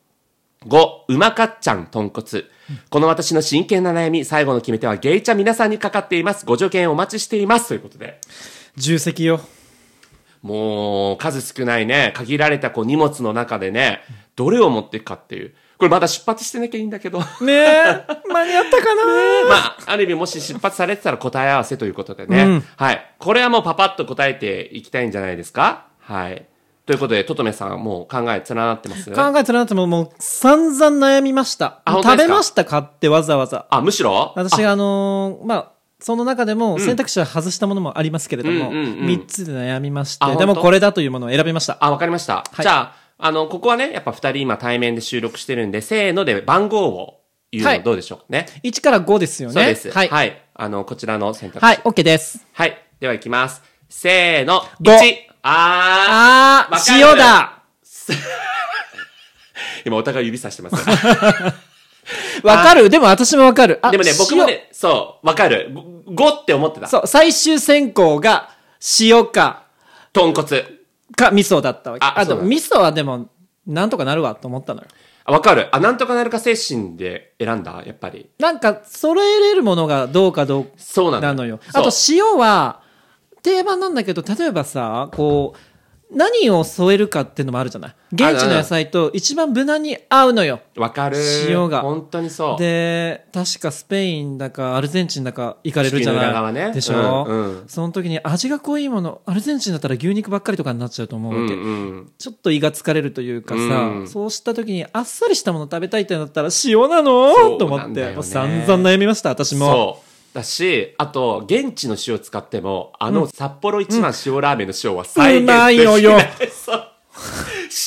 Speaker 2: 5、うまかっちゃん豚骨。この私の真剣な悩み、最後の決め手はゲイチャ皆さんにかかっています。ご助言お待ちしています。ということで。
Speaker 1: 重責よ。
Speaker 2: もう、数少ないね、限られたこう荷物の中でね、どれを持っていくかっていう。これまだ出発してなきゃいいんだけど。
Speaker 1: ねえ、 間に合ったか な、
Speaker 2: まあ、ある意味もし出発されてたら答え合わせということでね。はい。これはもうパパッと答えていきたいんじゃないですかはい。ということで、ととめさん、もう考え連なってます
Speaker 1: 考えてなくても、もう散々悩みました。
Speaker 2: あ本当
Speaker 1: 食べ
Speaker 2: ですか
Speaker 1: ました買ってわざわざ。
Speaker 2: あ、むしろ
Speaker 1: 私
Speaker 2: あ
Speaker 1: があのーまあ、その中でも選択肢は外したものもありますけれども、三
Speaker 2: うんうんうん
Speaker 1: 3つで悩みまし
Speaker 2: あ
Speaker 1: て、でも
Speaker 2: 本当
Speaker 1: これだというものを選びました。
Speaker 2: あ、わかりました。
Speaker 1: はい
Speaker 2: じゃあ、あの、ここはね、やっぱ二人今対面で収録してるんで、せーので番号を言う
Speaker 1: は
Speaker 2: の
Speaker 1: い
Speaker 2: どうでしょうね。
Speaker 1: 1から5ですよね。
Speaker 2: そうです。
Speaker 1: はい。はい、
Speaker 2: あの、こちらの選択肢。
Speaker 1: はい、OK です。
Speaker 2: はい。では行きます。せーの。
Speaker 1: ご
Speaker 2: 1。あー。
Speaker 1: あ
Speaker 2: わ
Speaker 1: ー
Speaker 2: か、る
Speaker 1: 塩だ
Speaker 2: 今お互い指さしてます。
Speaker 1: わかるでも私もわかる。あ
Speaker 2: で もね、僕も。ね、そう、わかる。5って思ってた
Speaker 1: 塩。そう、最終選考が塩か、
Speaker 2: 豚骨。
Speaker 1: か味噌だったわけ。
Speaker 2: あ
Speaker 1: あ
Speaker 2: そう
Speaker 1: と、
Speaker 2: だ
Speaker 1: 味噌はでも、なんとかなるわと思ったのよ。
Speaker 2: あわかる。あ、なんとかなるか精神で選んだやっぱり。
Speaker 1: なんか、揃えれるものがどうかどう
Speaker 2: そうなんだ。
Speaker 1: なのよ。
Speaker 2: そ
Speaker 1: あ
Speaker 2: う
Speaker 1: と塩は定番なんだけど、例えばさ、こう、何を添えるかっていうのもあるじゃない現地の野菜と一番無難に合うのよ。
Speaker 2: わかる。
Speaker 1: 塩が
Speaker 2: 本当にそう。
Speaker 1: で、確かスペインだかアルゼンチンだか行かれるじゃ
Speaker 2: 地球の裏側
Speaker 1: ない、
Speaker 2: ね
Speaker 1: でしょ、
Speaker 2: うんうん
Speaker 1: その時に味が濃いもの、アルゼンチンだったら牛肉ばっかりとかになっちゃうと思
Speaker 2: う
Speaker 1: うんわけ。
Speaker 2: うん。
Speaker 1: ちょっと胃が疲れるというかさ、
Speaker 2: うん
Speaker 1: そうした時にあっさりしたもの食べたいってなったら塩なの
Speaker 2: そう
Speaker 1: と思
Speaker 2: な
Speaker 1: っ
Speaker 2: ん
Speaker 1: て、
Speaker 2: だよね
Speaker 1: もう散々悩みました、私も。
Speaker 2: そう。だし、あと、現地の塩使っても、あの、札幌一番塩ラーメンの塩は再現できな
Speaker 1: うま
Speaker 2: い。
Speaker 1: いよよ
Speaker 2: そう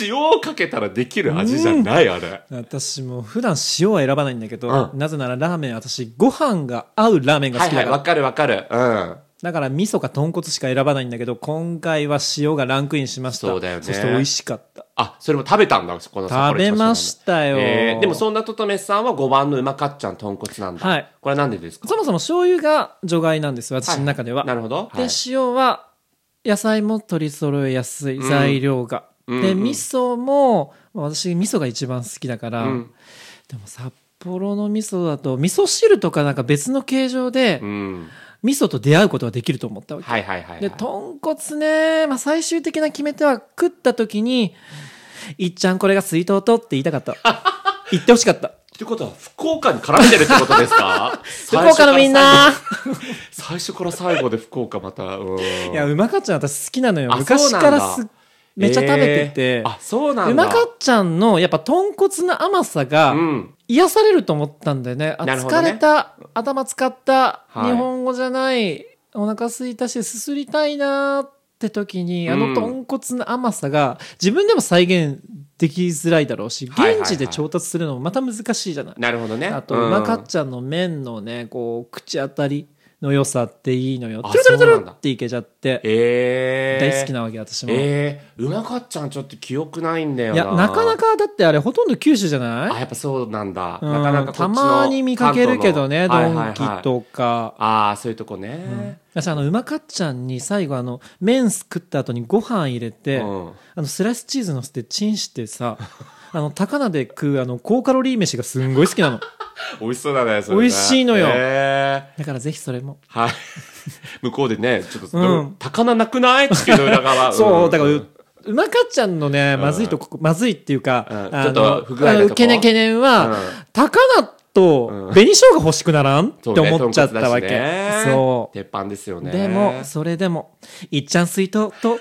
Speaker 2: 塩をかけたらできる味じゃない、あれ。
Speaker 1: 私も普段塩は選ばないんだけど、
Speaker 2: う
Speaker 1: なぜならラーメン私ご飯が合うラーメンが
Speaker 2: は
Speaker 1: 好
Speaker 2: い
Speaker 1: きだ
Speaker 2: はい、
Speaker 1: から、
Speaker 2: わかるわかる。うん。
Speaker 1: だから味噌か豚骨しか選ばないんだけど今回は塩がランクインしました
Speaker 2: そうだよね
Speaker 1: して美味しかった
Speaker 2: あ、それも食べたんだ、この札
Speaker 1: 食
Speaker 2: 幌一
Speaker 1: べ
Speaker 2: 番塩ラーメン
Speaker 1: ましたよ、
Speaker 2: えーでもそんなととめさんは5番のうまかっちゃん豚骨なんだ。
Speaker 1: はい
Speaker 2: これはなんでですか
Speaker 1: そもそも醤油が除外なんです私の中では、
Speaker 2: なるほど。
Speaker 1: で
Speaker 2: はい
Speaker 1: 塩は野菜も取り揃えやすい材料が、
Speaker 2: うん
Speaker 1: で
Speaker 2: うんうん
Speaker 1: 味噌もまあ私味噌が一番好きだから、
Speaker 2: うん
Speaker 1: でも札幌の味噌だと味噌汁とかなんか別の形状で
Speaker 2: うん。
Speaker 1: 味噌と出会うことができると思ったわけ、
Speaker 2: はいはいはい、はい。
Speaker 1: で豚骨ね、まあ、最終的な決め手は食った時に「いっちゃんこれが水筒と」って言いたかっ た言ってほしかった
Speaker 2: ってことは、福岡に絡んでるってことです か
Speaker 1: 福岡のみんな
Speaker 2: 最初から最後で福岡また、うん。
Speaker 1: いやうまかっちゃん私好きなのよ
Speaker 2: あそう
Speaker 1: 昔
Speaker 2: なん
Speaker 1: か
Speaker 2: だ
Speaker 1: らすめっちゃ食べてて、
Speaker 2: えーあ、そうなんだ。
Speaker 1: うまかっちゃんのやっぱ豚骨の甘さが
Speaker 2: うん。
Speaker 1: 癒されると思ったんだよね。あ
Speaker 2: なるほど
Speaker 1: 疲
Speaker 2: ね
Speaker 1: れた、頭使った、
Speaker 2: はい
Speaker 1: 日本語じゃない、お腹すいたし、すすりたいなーって時に、あ
Speaker 2: うん
Speaker 1: の豚骨の甘さが自分でも再現できづらいだろうし、
Speaker 2: はいはいはい
Speaker 1: 現地で調達するのもまた難しいじゃない。
Speaker 2: なるほどね。
Speaker 1: あと、うまかっ
Speaker 2: ゃ
Speaker 1: ちゃんの麺のね、こう、口当たりの良さっていいのよ。
Speaker 2: あ
Speaker 1: トゥルトゥルト
Speaker 2: そう
Speaker 1: ゥ
Speaker 2: なん
Speaker 1: ル
Speaker 2: だ
Speaker 1: っていけちゃって、
Speaker 2: えー。
Speaker 1: 大好きなわけ、私も。
Speaker 2: えー、うまかっちゃんちょっと記憶ないんだよ
Speaker 1: い
Speaker 2: な。
Speaker 1: や、なかな。か、だってあれほとんど九州じゃない
Speaker 2: あ、やっぱそうなんだ。
Speaker 1: うん
Speaker 2: なかなかこっち
Speaker 1: た
Speaker 2: の
Speaker 1: まに見かけるけどね、ド
Speaker 2: 関東の
Speaker 1: ンキ
Speaker 2: はいはいはい
Speaker 1: とか。
Speaker 2: ああ、そういうとこね。
Speaker 1: 私あのうまかっちゃんに最後あの麺すくった後にご飯入れて、
Speaker 2: うん
Speaker 1: あのスライスチーズのせてチンしてさ あの高菜で食うあの高カロリー飯がすんごい好きなの
Speaker 2: 美味しそうだね、それね。
Speaker 1: 美味しいのよ
Speaker 2: へー
Speaker 1: だからぜひそれも、
Speaker 2: はい。 向こうでね、ちょっと、
Speaker 1: うん
Speaker 2: 高菜なくない地球の裏 側。
Speaker 1: そうだから
Speaker 2: ん
Speaker 1: ううまかっちゃんのねまずいとこ、まずいっていうか、
Speaker 2: うん
Speaker 1: あの
Speaker 2: ちょっと不具合なとこ
Speaker 1: あの懸念懸念は、
Speaker 2: うん
Speaker 1: 高菜と紅生姜欲しくならん、って
Speaker 2: そうね
Speaker 1: 思っちゃったわけ
Speaker 2: 豚骨だしね
Speaker 1: そう
Speaker 2: 鉄板ですよね。
Speaker 1: でもそれでも「いっちゃん水筒と」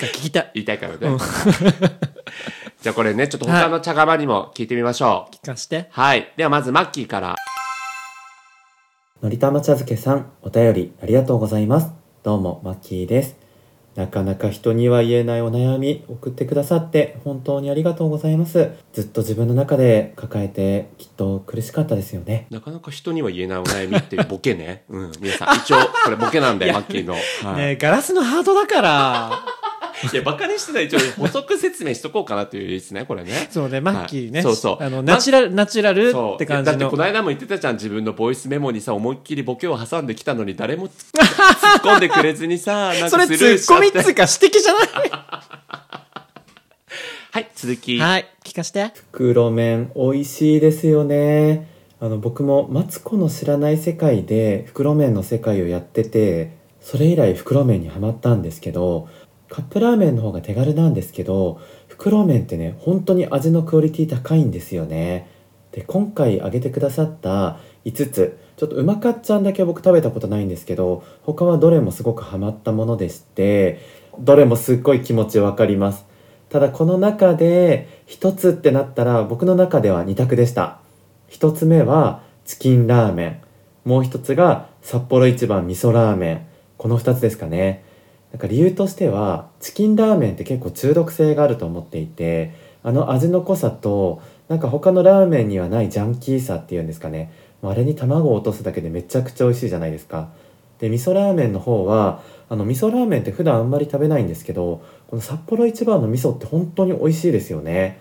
Speaker 1: が聞きたい
Speaker 2: 言いたいからね。 じゃあこれね、ちょっと他の茶釜にも聞いてみましょう。
Speaker 1: 聞かして
Speaker 2: はい。ではまず、マッキーから。
Speaker 4: のりたま茶漬けさん、お便りありがとうございます。どうも、マッキーです。なかなか人には言えないお悩み送ってくださって本当にありがとうございます。ずっと自分の中で抱えてきっと苦しかったですよね。
Speaker 2: なかなか人には言えないお悩みっていうボケね。 うん。皆さん、一応、これボケなんで、マッキーの。はい
Speaker 1: ねえガラスのハートだ から。
Speaker 2: いや、バカにしてない。一応、補足説明しとこうかなというですね、これね。
Speaker 1: そうね、マッキーね。
Speaker 2: はいそうそう
Speaker 1: あの、ナチュラル、ナチュラル
Speaker 2: そう
Speaker 1: って感じ
Speaker 2: だって
Speaker 1: の
Speaker 2: こ。の間も言ってたじゃん自分のボイスメモにさ思いっきりボケを挟んできたのに誰も突っ込んでくれず にさなん
Speaker 1: それ、
Speaker 2: かス
Speaker 1: ツ
Speaker 2: ルーし
Speaker 1: ッ
Speaker 2: ちゃ
Speaker 1: コ
Speaker 2: っ
Speaker 1: ミってつうか指摘じゃ な
Speaker 2: はい続き、
Speaker 1: いはい、聞かして。
Speaker 4: 袋麺美味しいですよねあの僕もマツコの知らない世界で袋麺の世界をやっててそれ以来袋麺にはまったんですけどカップラーメンの方が手軽なんですけど袋麺ってね本当に味のクオリティ高いんですよねで今回挙げてくださった5つちょっとうまかっちゃんだけ僕食べたことないんですけど他はどれもすごくハマったものでしてどれもすっごい気持ちわかりますただこの中で一つってなったら僕の中では二択でした一つ目はチキンラーメンもう一つが札幌一番味噌ラーメンこの二つですかねなんか理由としてはチキンラーメンって結構中毒性があると思っていてあの味の濃さとなんか他のラーメンにはないジャンキーさっていうんですかねもうあれに卵を落とすだけでめちゃくちゃ美味しいじゃないですかで味噌ラーメンの方はあの味噌ラーメンって普段あんまり食べないんですけどこの札幌一番の味噌って本当に美味しいですよね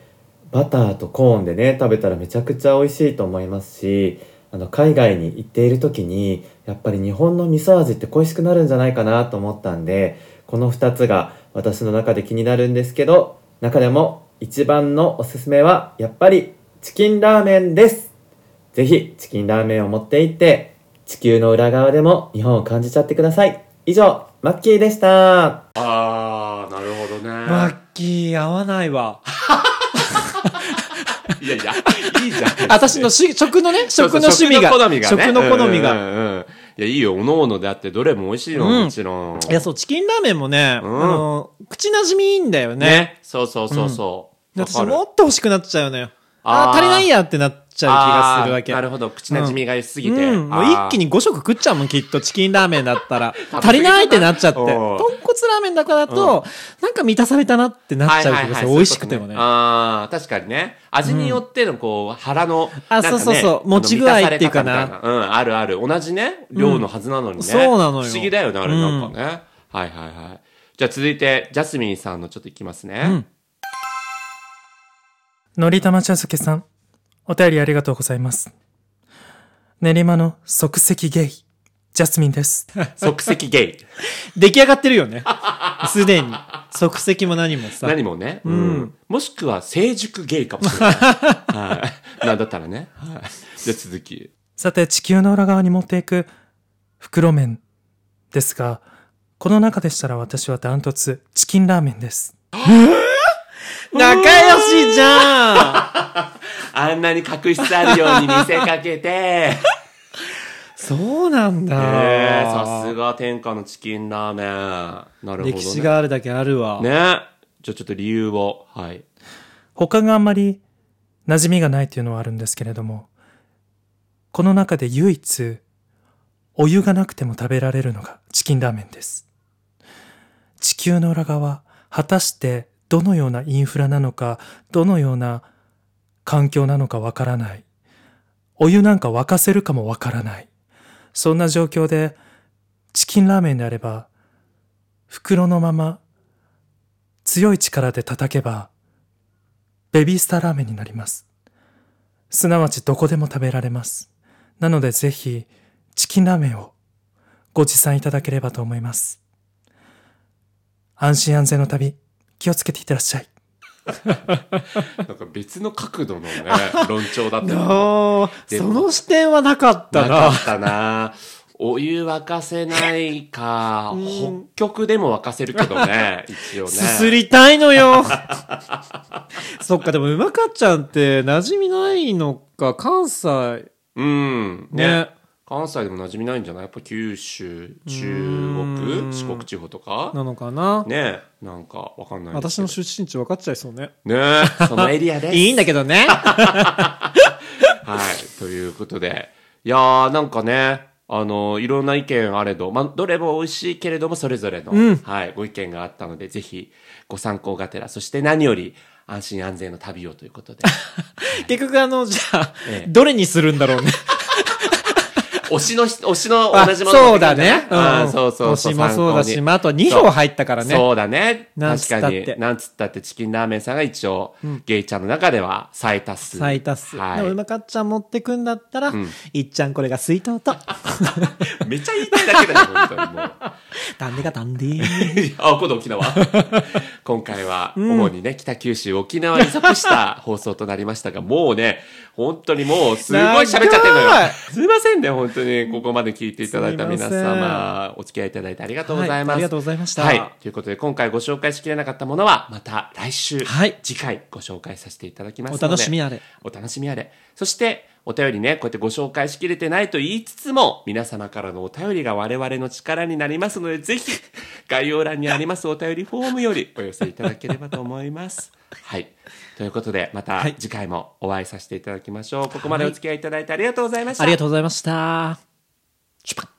Speaker 4: バターとコーンでね食べたらめちゃくちゃ美味しいと思いますしあの海外に行っている時にやっぱり日本の味噌味って恋しくなるんじゃないかなと思ったんでこの2つが私の中で気になるんですけど中でも一番のおすすめはやっぱりチキンラーメンですぜひチキンラーメンを持って行って地球の裏側でも日本を感じちゃってください以上マッキーでした
Speaker 2: あーなるほどね、
Speaker 1: マッキー、合わないわ。
Speaker 2: いやいやいいじゃん
Speaker 1: 私の し食のね、食の趣味が。
Speaker 2: そうそう食の好みがね
Speaker 1: 食の好みが。
Speaker 2: うんうんうんいやいいよおのおのであってどれも美味しいの、
Speaker 1: うん
Speaker 2: もちろん
Speaker 1: いや、そう、チキンラーメンもね、
Speaker 2: うん
Speaker 1: あの、口なじみいいんだよ
Speaker 2: ね
Speaker 1: ね。
Speaker 2: そうそうそうそう、わ
Speaker 1: 私
Speaker 2: かる
Speaker 1: もっと欲しくなっちゃうのよ。あ
Speaker 2: あー
Speaker 1: あ、足りないやってなっちゃう気がするわけ。
Speaker 2: あーなるほど口なじみが良すぎて、
Speaker 1: うん、もう一気
Speaker 2: に。
Speaker 1: に5食食っちゃうもん、きっと。チキンラーメンだったら 足りないってなっちゃって。
Speaker 2: おう
Speaker 1: 豚骨ラーメンだからだと、なんか満たされたなってなっちゃう気がする。美味しくてもね。
Speaker 2: ああ、確かにね。味によっての、こう、腹の、
Speaker 1: あ
Speaker 2: なんかね
Speaker 1: そうそうそう
Speaker 2: あの
Speaker 1: 持ち具合っていうかな
Speaker 2: 満たされた感みたいうん、あるある。同じね、量のはずなのにね。
Speaker 1: そうなのよ
Speaker 2: 不思議だよね、あれなんかね。はいはいはい。じゃあ続いて、ジャスミンさんのちょっといきますね。
Speaker 1: うん
Speaker 3: のりたま茶漬けさん、お便りありがとうございます。練馬の即席ゲイ、ジャスミンです。
Speaker 2: 即席ゲイ。
Speaker 1: 出来上がってるよ ね。すでに。即席も何 もさ。
Speaker 2: 何もね。うん。もしくは、成熟ゲイかもしれない。はい。なんだったらね。はい。じゃあ続き。
Speaker 3: さて、地球の裏側に持っていく袋麺ですが、この中でしたら私はダントツチキンラーメンです。
Speaker 1: 仲良しじ ゃん
Speaker 2: あんなに隠し去るように見せかけて。
Speaker 1: そうなんだ。
Speaker 2: ええさすが天下のチキンラーメン。なるほど、ね。
Speaker 1: 歴史があるだけあるわ。
Speaker 2: ね。じゃあちょっと理由を。はい。
Speaker 3: 他があんまり馴染みがないというのはあるんですけれども、この中で唯一、お湯がなくても食べられるのがチキンラーメンです。地球の裏側、果たしてどのようなインフラなのか、どのような環境なのかわからない。お湯なんか沸かせるかもわからない。そんな状況で、チキンラーメンであれば、袋のまま、強い力で叩けば、ベビースターラーメンになります。すなわちどこでも食べられます。なのでぜひ、チキンラーメンをご持参いただければと思います。安心安全の旅、気をつけていってらっしゃい。
Speaker 2: なんか別の角度 のね、論調だった
Speaker 1: な
Speaker 2: な。
Speaker 1: あ
Speaker 2: で
Speaker 1: そ
Speaker 2: も
Speaker 1: の視点はなかった
Speaker 2: な
Speaker 1: な。
Speaker 2: かったな。お湯沸かせないか、北極でも沸かせるけど ね、一応ね。
Speaker 1: すすりたいのよ そっか、でもうまかっちゃんって馴染みないのか、関西。
Speaker 2: うん。ね。
Speaker 1: ね
Speaker 2: 関西でも馴染みないんじゃないやっぱ九州、中
Speaker 1: う
Speaker 2: 国、
Speaker 1: ん
Speaker 2: 四国地方とか
Speaker 1: なのかな、
Speaker 2: ねなんかわかんないです
Speaker 1: 私
Speaker 2: けど
Speaker 1: の出身地分かっちゃいそうね。
Speaker 2: ね そのエリアです。
Speaker 1: いいんだけど ね。
Speaker 2: はい。ということで。いやー、なんかね、あの、いろんな意見あれど、まあ、どれも美味しいけれども、それぞれの、
Speaker 1: うん
Speaker 2: はい、ご意見があったので、ぜひ、ご参考がてら、そして何より、安心安全の旅をとい うことで、
Speaker 1: 結局あの、じゃあ、
Speaker 2: ええ
Speaker 1: どれにするんだろうね。
Speaker 2: 推しのひ、推しの
Speaker 1: あ
Speaker 2: 同じもの
Speaker 1: そうだね。
Speaker 2: あ
Speaker 1: ん
Speaker 2: そうそうそう。
Speaker 1: 星もそうだし、
Speaker 2: 参考に
Speaker 1: まあ、あと2票入ったからね。
Speaker 2: そうだね。
Speaker 1: なんつ
Speaker 2: 確
Speaker 1: った
Speaker 2: か
Speaker 1: っ
Speaker 2: に
Speaker 1: て。
Speaker 2: なんつったってチキンラーメンさんが一応、ゲイちゃんの中では最多数。
Speaker 1: 最多数。
Speaker 2: は
Speaker 1: でも、う
Speaker 2: い。
Speaker 1: まかっちゃん持ってくんだったら、いっちゃんこれが水筒 と、
Speaker 2: めっちゃ言いたいだけだよ、本当にもう。
Speaker 1: ダンデがダンデー。
Speaker 2: あ、今度沖縄。 今回は、主にね、北九州、沖縄に即した放送となりましたが、もうね、本当にもう、すごい喋っちゃってるのよ
Speaker 1: 長い。
Speaker 2: すいませんね、本当に、ここまで聞いていただいた皆
Speaker 1: すいま
Speaker 2: 様、お付き合いいただいてありがとうござい
Speaker 1: はい
Speaker 2: ます。
Speaker 1: ありがとうございました
Speaker 2: はい。ということで、今回ご紹介しきれなかったものは、また来週、
Speaker 1: はい
Speaker 2: 次回ご紹介させていただきますの
Speaker 1: お
Speaker 2: で。
Speaker 1: 楽しみあれ。
Speaker 2: お楽しみあれ。そして、お便りね、こうやってご紹介しきれてないと言いつつも、皆様からのお便りが我々の力になりますので、ぜ ひ、概要欄にありますお便りフォームよりお寄せいただければと思います。はい。ということで、また
Speaker 1: はい
Speaker 2: 次回もお会いさせていただきましょう。ここまでお付き合いいただいてありがとうございました。
Speaker 1: ありがとうございました。シュパッ